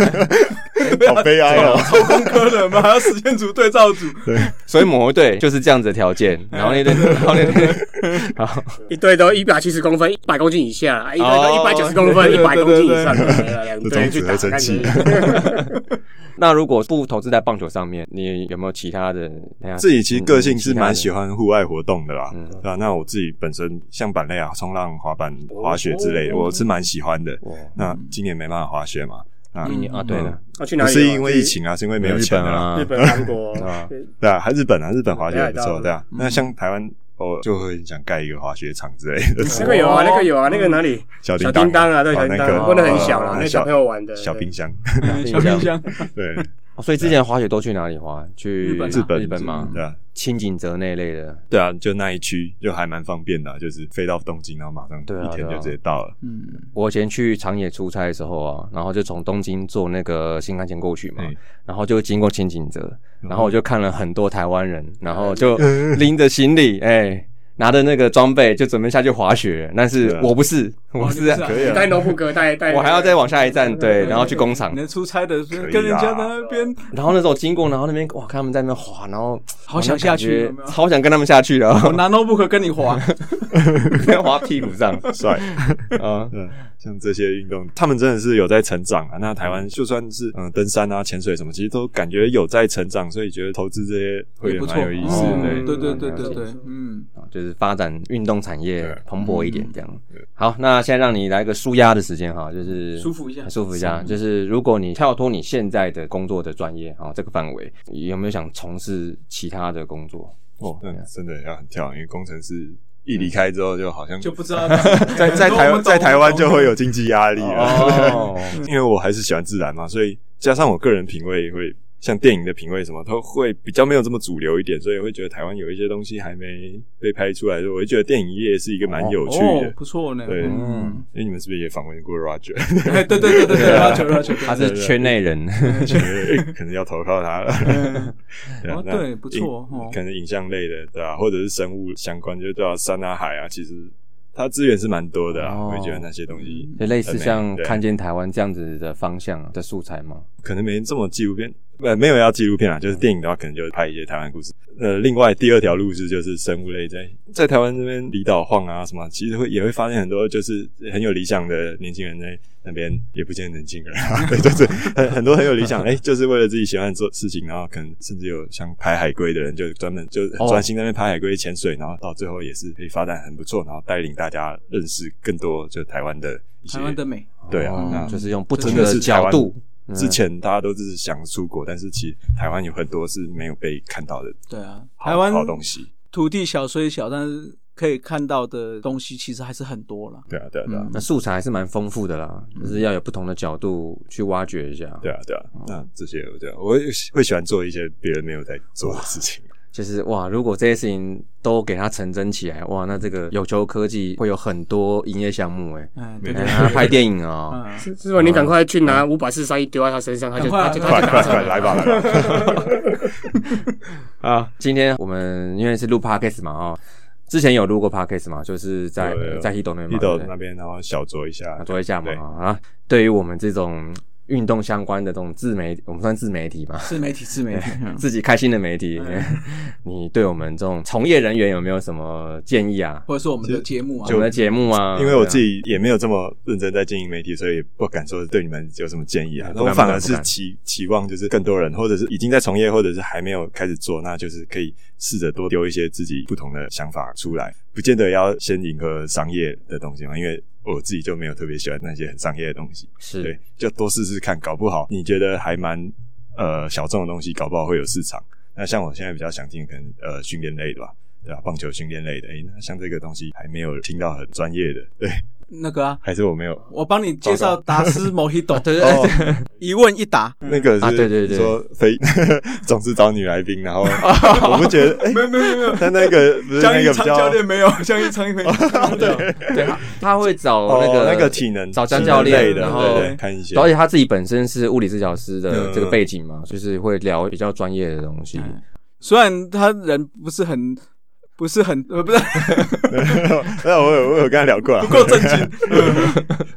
Speaker 3: *laughs* 好悲哀哦！
Speaker 1: 超工科的嘛，还要实验组对照组，
Speaker 4: 所以某一队就是这样子的条件，然后那队，然后那队，好，
Speaker 2: 一队都一百七十公分，一百公斤以下，啊一队都一
Speaker 4: 哦
Speaker 2: 百九十公分，
Speaker 1: 对
Speaker 2: 一
Speaker 1: 对
Speaker 2: 百
Speaker 1: 对
Speaker 2: 公
Speaker 1: 对
Speaker 2: 斤
Speaker 1: 对
Speaker 2: 以上，来两队
Speaker 3: 这种
Speaker 2: 去
Speaker 3: 只
Speaker 2: 打
Speaker 3: 会生
Speaker 2: 看
Speaker 3: 气
Speaker 2: 你。 *laughs*
Speaker 4: 那如果不投资在棒球上面，你有没有其他的？等一下
Speaker 3: 自己其实个性是蛮喜。
Speaker 4: 嗯
Speaker 3: 欢户外活动的啦，
Speaker 4: 嗯
Speaker 3: 对吧、啊那我自己本身像板类啊、冲浪、滑板、滑雪之类的，我是蛮喜欢的。
Speaker 4: 其他的
Speaker 3: 那今年没办法滑雪嘛，那
Speaker 4: 哇，你啊，对了，
Speaker 2: 啊，去哪
Speaker 3: 不
Speaker 2: 里？
Speaker 3: 是因为疫，情啊，是因为没有
Speaker 4: 日
Speaker 3: 钱
Speaker 4: 本
Speaker 3: 的啦，
Speaker 4: 啊
Speaker 2: 日，本、韩国
Speaker 4: 啊，
Speaker 3: 对 *laughs* 啊，还日本啊，日本滑雪也不
Speaker 2: 北海
Speaker 3: 错，
Speaker 2: 道
Speaker 3: 对啊。那像台湾，我就会很想盖一个滑雪场之类的，
Speaker 2: 那个有啊，那个有啊，那个哪里？
Speaker 3: *laughs* 哦嗯小
Speaker 2: 小
Speaker 3: 叮
Speaker 2: 叮当啊，对，
Speaker 3: 哦
Speaker 2: 小叮
Speaker 3: 那
Speaker 2: 当，
Speaker 3: 个
Speaker 2: 问的很小啦
Speaker 3: 呃，
Speaker 2: 那小朋友玩的
Speaker 3: 小冰箱，
Speaker 1: 嗯小冰箱，
Speaker 3: *laughs* 对，
Speaker 4: 哦所以之前滑雪都去哪里滑？去
Speaker 1: 日本啊
Speaker 3: 日本
Speaker 4: 日本吗？
Speaker 3: 对啊，
Speaker 4: 清景泽那一类的。
Speaker 3: 对啊，就那一区就还蛮方便的啊，就是飞到东京，然后马上
Speaker 4: 对啊
Speaker 3: 一天
Speaker 4: 对
Speaker 3: 就
Speaker 4: 啊
Speaker 3: 直接到了。
Speaker 1: 嗯，
Speaker 4: 我以前去长野出差的时候啊，然后就从东京坐那个新干线过去嘛
Speaker 3: 嗯，
Speaker 4: 然后就经过千景泽，然后我就看了很多台湾人，然后就
Speaker 3: 嗯
Speaker 4: *laughs* 拎着行李，哎，拿着那个装备就准备下去滑雪，但是
Speaker 3: 对啊
Speaker 4: 我不是，我
Speaker 1: 你
Speaker 4: 是
Speaker 1: 不是啊
Speaker 3: 可以啊
Speaker 2: 带农夫哥，带带，
Speaker 4: 我还要再往下一站，对，然后去工厂
Speaker 1: 你。的出差的
Speaker 3: 啊以啦
Speaker 1: 跟人家在那
Speaker 3: *laughs*
Speaker 1: 边，
Speaker 4: 然后那时候经过，然后那边哇，看他们在那边滑，然后
Speaker 1: 好想下去有没有
Speaker 4: 超想跟他们下去的，
Speaker 1: *laughs*
Speaker 4: *laughs*
Speaker 1: 我拿 notebook 跟你
Speaker 3: *laughs*
Speaker 1: 滑，
Speaker 4: 滑屁股
Speaker 1: *laughs*
Speaker 4: 上，
Speaker 3: 帅，
Speaker 4: 啊，
Speaker 3: 对，像这些运动，他们真的是有在成长啊。那台湾就算是嗯登山啊、潜水什么，其实都感觉有在成长，所以觉得投资这些会
Speaker 1: 也不错，
Speaker 3: 蛮有意思
Speaker 1: 嗯
Speaker 3: 的。
Speaker 2: 对
Speaker 1: 对对对对对
Speaker 2: 了解，
Speaker 1: 嗯，
Speaker 4: 啊就是发展运动产业
Speaker 3: 对嗯
Speaker 4: 蓬勃一点这样
Speaker 3: 对。
Speaker 4: 好，那现在让你来个舒压的时间哈，就是
Speaker 1: 舒服一下
Speaker 4: 舒服
Speaker 3: 嗯
Speaker 4: 一下。就是如果你跳脱你现在的工作的专业啊这个范围，你有没有想从事其他的工作？
Speaker 3: 哦，那真的要很跳，因为工程师一离开之后，就好像
Speaker 1: 就不知
Speaker 3: *laughs*
Speaker 1: 道
Speaker 3: 在在台湾在台湾就会有经济压力了。
Speaker 4: 哦，
Speaker 3: *laughs* 因为我还是喜欢自然嘛，所以加上我个人品味会像电影的品味什么，都会比较没有这么主流一点，所以会觉得台湾有一些东西还没被拍出来，所以我会觉得电影业是一个蛮有趣的。
Speaker 1: 哦，不错呢，
Speaker 3: 对
Speaker 1: 嗯，
Speaker 3: 因为你们是不是也访问过 Roger？
Speaker 1: 哎， *laughs* 对对对对对，
Speaker 3: 啊
Speaker 1: 要求要求，
Speaker 4: *laughs* 他是圈内人， *laughs*
Speaker 1: *laughs*
Speaker 3: 可能要投靠他了。 *laughs* 对啊
Speaker 1: 哦
Speaker 3: 那
Speaker 1: 对不错
Speaker 3: 影
Speaker 1: 哦
Speaker 3: 可能影像类的，对吧、啊或者是生物相关，就对啊，山啊海啊，其实它资源是蛮多的啊。
Speaker 4: 哦
Speaker 3: 我也觉得那些东西
Speaker 4: 就类似像
Speaker 3: 对
Speaker 4: 看见台湾这样子的方向的素材吗？
Speaker 3: 可能没这么纪录片。呃，没有要纪录片啊，就是
Speaker 1: 嗯
Speaker 3: 电影的话，可能就是拍一些台湾故事。呃，另外第二条路是就是生物类在在台湾这边离岛晃啊什么，其实会也会发现很多就是很有理想的年轻人在那边，也不见得年轻
Speaker 1: *laughs*
Speaker 3: 人啊，对，就是很很多很有理想，哎、就是为了自己喜欢的做事情，然后可能甚至有像拍海龟的人，就专门就
Speaker 1: 哦
Speaker 3: 很专心在那边拍海龟潜水，然后到最后也是可以发展很不错，然后带领大家认识更多就台湾的一些
Speaker 1: 台湾的美，
Speaker 3: 对啊，
Speaker 4: 哦
Speaker 3: 那
Speaker 4: 就是用不同
Speaker 3: 真的是台
Speaker 4: 角
Speaker 3: 湾
Speaker 4: 度。
Speaker 3: 之前大家都是想出国，但是其实台湾有很多是没有被看到的
Speaker 1: 对啊，
Speaker 3: 好
Speaker 1: 台湾
Speaker 3: 好东西。
Speaker 1: 土地小虽小，但是可以看到的东西其实还是很多啦。
Speaker 3: 对啊，对啊，对啊，
Speaker 1: 嗯
Speaker 4: 那素材还是蛮丰富的啦，就是要有不同的角度去挖掘一下。
Speaker 3: 对啊，对啊。那这些我对啊，我也会喜欢做一些别人没有在做的事情。
Speaker 4: 就是哇，如果这些事情都给它成真起来，哇，那这个有球科技会有很多营业项目哎、
Speaker 1: 嗯，对
Speaker 4: 哎
Speaker 1: 对
Speaker 4: 还要
Speaker 1: 对，
Speaker 4: 拍电影
Speaker 3: *laughs*
Speaker 4: 哦、
Speaker 1: 嗯，
Speaker 2: 是是吧？你赶快去拿
Speaker 4: 嗯
Speaker 2: 五百四十三亿丢在他身上，他
Speaker 1: 赶
Speaker 2: 就
Speaker 1: 快啊
Speaker 2: 他就
Speaker 1: 快
Speaker 2: 他就
Speaker 1: 快快
Speaker 2: 拿走了。
Speaker 3: 来吧，来吧。嗯
Speaker 4: 啊！今天我们因为是录 podcast 嘛哦，之前有录过 podcast 嘛，就是在
Speaker 3: 有有
Speaker 4: 在 Hito 那边嘛，
Speaker 3: 一斗
Speaker 4: 对不对
Speaker 3: 那边，然后小酌一下
Speaker 4: 啊，做一下嘛
Speaker 3: 对
Speaker 4: 啊。对于我们这种运动相关的这种自媒，我们算自媒体嘛，
Speaker 1: 自媒体，自媒体，
Speaker 3: *laughs*
Speaker 1: 嗯
Speaker 4: *laughs* 自己开心的媒体，哎你对我们这种从业人员有没有什么建议啊？
Speaker 1: 或者是我们的节目啊
Speaker 4: 我，们的节目啊，
Speaker 3: 因为我自
Speaker 4: 己
Speaker 3: 己也没有这么认真在经营媒体，所以也不敢说对你们有什么建议啊。
Speaker 4: 不敢
Speaker 3: 我反而
Speaker 4: 不
Speaker 3: 是
Speaker 4: 敢
Speaker 3: 期期望就是更多人，或者是已经在从业，或者是还没有开始做，那就是可以试着多丢一些自己不同的想法出来，不见得要先迎合商业的东西嘛，因为。我自己就没有特别喜欢那些很商业的东西，对
Speaker 4: 啊是，
Speaker 3: 就多试试看，搞不好你觉得还蛮呃小众的东西，搞不好会有市场。那像我现在比较想听，可能呃训练类的吧，对啊吧、棒球训练类的，诶、那像这个东西还没有听到很专业的，对，
Speaker 1: 那个啊，
Speaker 3: 还是我没有
Speaker 1: 我帮你介绍达 *laughs* 斯 Mojito，
Speaker 4: 对对
Speaker 3: 哦，
Speaker 1: 一问一答，
Speaker 3: 那个是、
Speaker 4: 啊对对对
Speaker 3: 说非 *laughs* 总是找女来宾，
Speaker 4: *laughs*
Speaker 3: 然后我不觉得，诶
Speaker 1: 没有没有没有，
Speaker 3: 但那个不是
Speaker 1: 江
Speaker 3: 那
Speaker 1: 一
Speaker 3: 个
Speaker 1: 昌
Speaker 3: 比
Speaker 1: 教
Speaker 3: 较。
Speaker 1: 练没有， *laughs* 江一昌没有，对，
Speaker 4: 对，他他会找
Speaker 3: 哦，
Speaker 4: 那个
Speaker 3: 那个体能
Speaker 4: 找江
Speaker 3: 体能
Speaker 4: 教练，
Speaker 3: 类的，
Speaker 4: 然
Speaker 3: 对
Speaker 4: 后
Speaker 3: 对看一些，
Speaker 4: 而且他自己本身是物理治疗师的
Speaker 3: 嗯
Speaker 4: 这个背景嘛，就是会聊比较专业的东西。
Speaker 1: 虽然他人不是很。不是很呃，不是
Speaker 3: *laughs* 那我有我有跟他聊过啊，
Speaker 1: 不够正 *laughs* 经，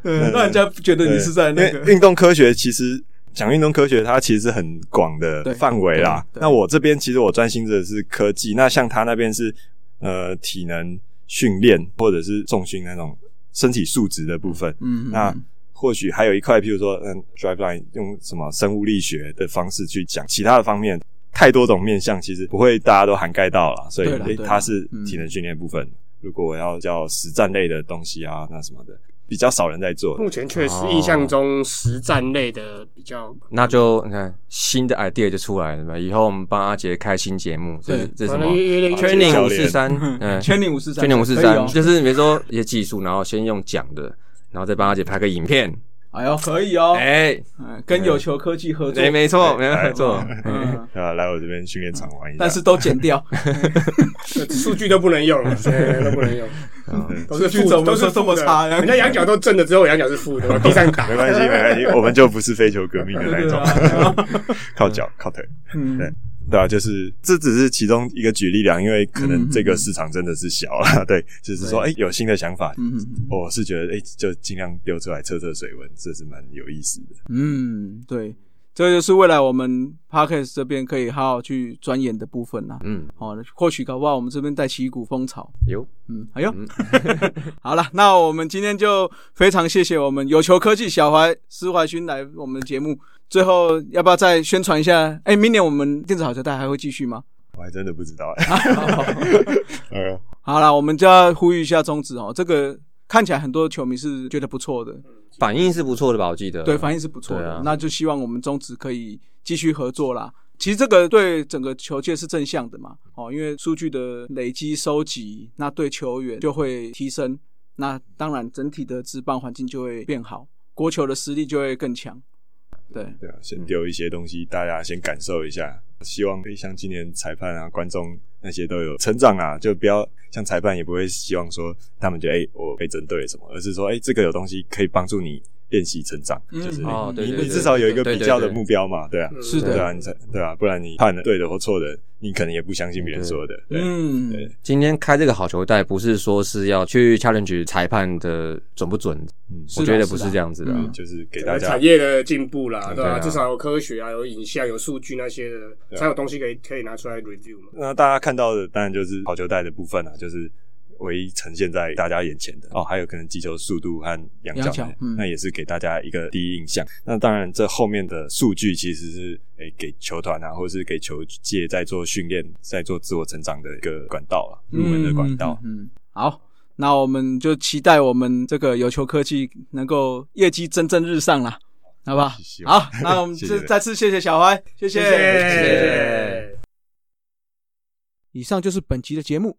Speaker 1: 嗯让人家觉得你是在那
Speaker 3: 因为
Speaker 1: 个
Speaker 3: 运动科学其实。讲运动科学，它其实很广的
Speaker 1: 对
Speaker 3: 范围啦。
Speaker 1: 对对
Speaker 3: 那我这边其实我专心的是科技，那像他那边是呃体能训练或者是重训那种身体素质的部分。
Speaker 1: 嗯，
Speaker 3: 那或许还有一块，譬如说嗯，drive line 用什么生物力学的方式去讲其他的方面，太多种面向，其实不会大家都涵盖到啦。所以
Speaker 1: 对啦
Speaker 3: 诶
Speaker 1: 对啦
Speaker 3: 它是
Speaker 1: 嗯
Speaker 3: 体能训练部分。如果我要叫实战类的东西啊，那什么的，比较少人在做。
Speaker 2: *laughs* 目前确实印象中实战类的比较，
Speaker 4: 哦那就你看新的 idea 就出来了嘛，以后我们帮阿杰开新节目，这是这是
Speaker 2: 可
Speaker 4: 什
Speaker 2: 能
Speaker 4: 么
Speaker 2: 有点
Speaker 3: 圈内
Speaker 4: ？Training 五四三，
Speaker 3: *laughs*
Speaker 4: 嗯
Speaker 1: 圈领五四三，
Speaker 4: ，Training 五四
Speaker 1: 可以哦
Speaker 4: 三，就是比如说一些技术，然后先用讲的，然后再帮阿杰拍个影片。
Speaker 1: 哎呦，可以哦，哎
Speaker 4: 哎，
Speaker 1: 嗯跟有球科技合作
Speaker 4: 对，，没错，没有错。
Speaker 1: 嗯，
Speaker 3: 啊，来我这边训练场玩一下。
Speaker 1: 但是都剪掉，
Speaker 2: 数据都不能
Speaker 4: *laughs*
Speaker 2: 用，对都不能用，
Speaker 4: 嗯
Speaker 2: 都是
Speaker 1: 数据
Speaker 2: 负
Speaker 1: 怎么
Speaker 2: 都是
Speaker 1: 说这
Speaker 2: 负
Speaker 1: 么
Speaker 2: 的
Speaker 1: 差呀
Speaker 2: 人家羊角都正的，只有我羊角是负的，往地上打
Speaker 1: *laughs*
Speaker 3: 没。关系，没关系，我们就不是非球革命的那一
Speaker 1: 对
Speaker 3: 种， *laughs*
Speaker 1: 啊，
Speaker 3: 靠脚靠腿，
Speaker 1: 嗯
Speaker 3: 对对啊，就是这只是其中一个举例啦，因为可能
Speaker 1: 嗯
Speaker 3: 这个市场真的是小啦， *laughs* 对，就是说，哎、有新的想法，
Speaker 1: 嗯嗯
Speaker 3: 我是觉得，哎、就尽量丢出来测测水温，这是蛮有意思的。
Speaker 1: 嗯，对，这就是未来我们 podcast 这边可以好好去钻研的部分啦。
Speaker 4: 嗯，
Speaker 1: 哦，或许搞不好我们这边带起一股风潮。
Speaker 4: 有
Speaker 1: 嗯，哎呦， *laughs* 好了，那我们今天就非常谢谢我们有球科技小怀施怀勋来我们的节目。最后要不要再宣传一下？哎、明年我们电子好球带还会继续吗？
Speaker 3: 我还真的
Speaker 1: *laughs*
Speaker 3: 不知道、哎 *laughs*
Speaker 1: 哦
Speaker 3: 呃，
Speaker 1: 好啦，我们就要呼吁一下宗旨哦，这个看起来很多球迷是觉得不错的，
Speaker 4: 反应是不错的吧？我记得
Speaker 1: 对，反应是不错
Speaker 4: 对
Speaker 1: 的。
Speaker 4: 啊
Speaker 1: 那就希望我们中职可以继续合作啦。其实这个对整个球界是正向的嘛，哦，因为数据的累积收集，那对球员就会提升，那当然整体的职棒环境就会变好，国球的实力就会更强。对，
Speaker 3: 对啊，
Speaker 4: 嗯
Speaker 3: 先丢一些东西，大家先感受一下，希望、哎像今年裁判啊、观众那些都有成长啊，就不要像裁判也不会希望说他们觉得哎、我被针对了什么，而是说哎、这个有东西可以帮助你。哎、练习成长，
Speaker 1: 嗯
Speaker 3: 就是
Speaker 4: 哦对
Speaker 3: 你
Speaker 4: 对
Speaker 3: 你
Speaker 4: 对
Speaker 3: 至少有一个
Speaker 4: 对对
Speaker 3: 比较的
Speaker 4: 对嗯
Speaker 3: 目标嘛，对啊，
Speaker 1: 是的
Speaker 3: 对啊，你才对啊，不然你判了对的或错的，你可能也不相信别人说的，对，
Speaker 1: 嗯，
Speaker 3: 对
Speaker 4: 今天开这个好球带，不是说是要去 challenge 裁判的准不准，
Speaker 3: 嗯，
Speaker 1: 是
Speaker 4: 我
Speaker 1: 的
Speaker 4: 觉得不是这样子的啊。
Speaker 1: 嗯
Speaker 3: 就是给
Speaker 2: 整 *laughs*
Speaker 3: 大
Speaker 2: 个
Speaker 3: 家
Speaker 2: 产业的进步啦，对吧、
Speaker 4: 对啊
Speaker 2: 至少有科学啊，有影像、有数据那些的，
Speaker 3: 对啊
Speaker 2: 才有东西可以可以拿出来 review 嘛。
Speaker 3: 那大家看到的当然就是好球带的部分啊，就是唯一呈现在大家眼前的哦，还有可能击球速度和仰角，
Speaker 1: 仰角嗯
Speaker 3: 那也是给大家一个第一印象。那当然，这后面的数据其实是诶、给球团啊，或者是给球界在做训练、在做自我成长的一个管道啊，入门的管道。
Speaker 1: 嗯。嗯嗯好，那我们就期待我们这个有球科技能够业绩蒸蒸日上啦，好不好
Speaker 3: 希？望
Speaker 1: 好，那我们
Speaker 3: 谢
Speaker 1: 这
Speaker 3: *laughs* 谢
Speaker 1: 再次谢谢小怀，谢
Speaker 2: 谢
Speaker 4: 谢
Speaker 1: 以上就是本集的节目，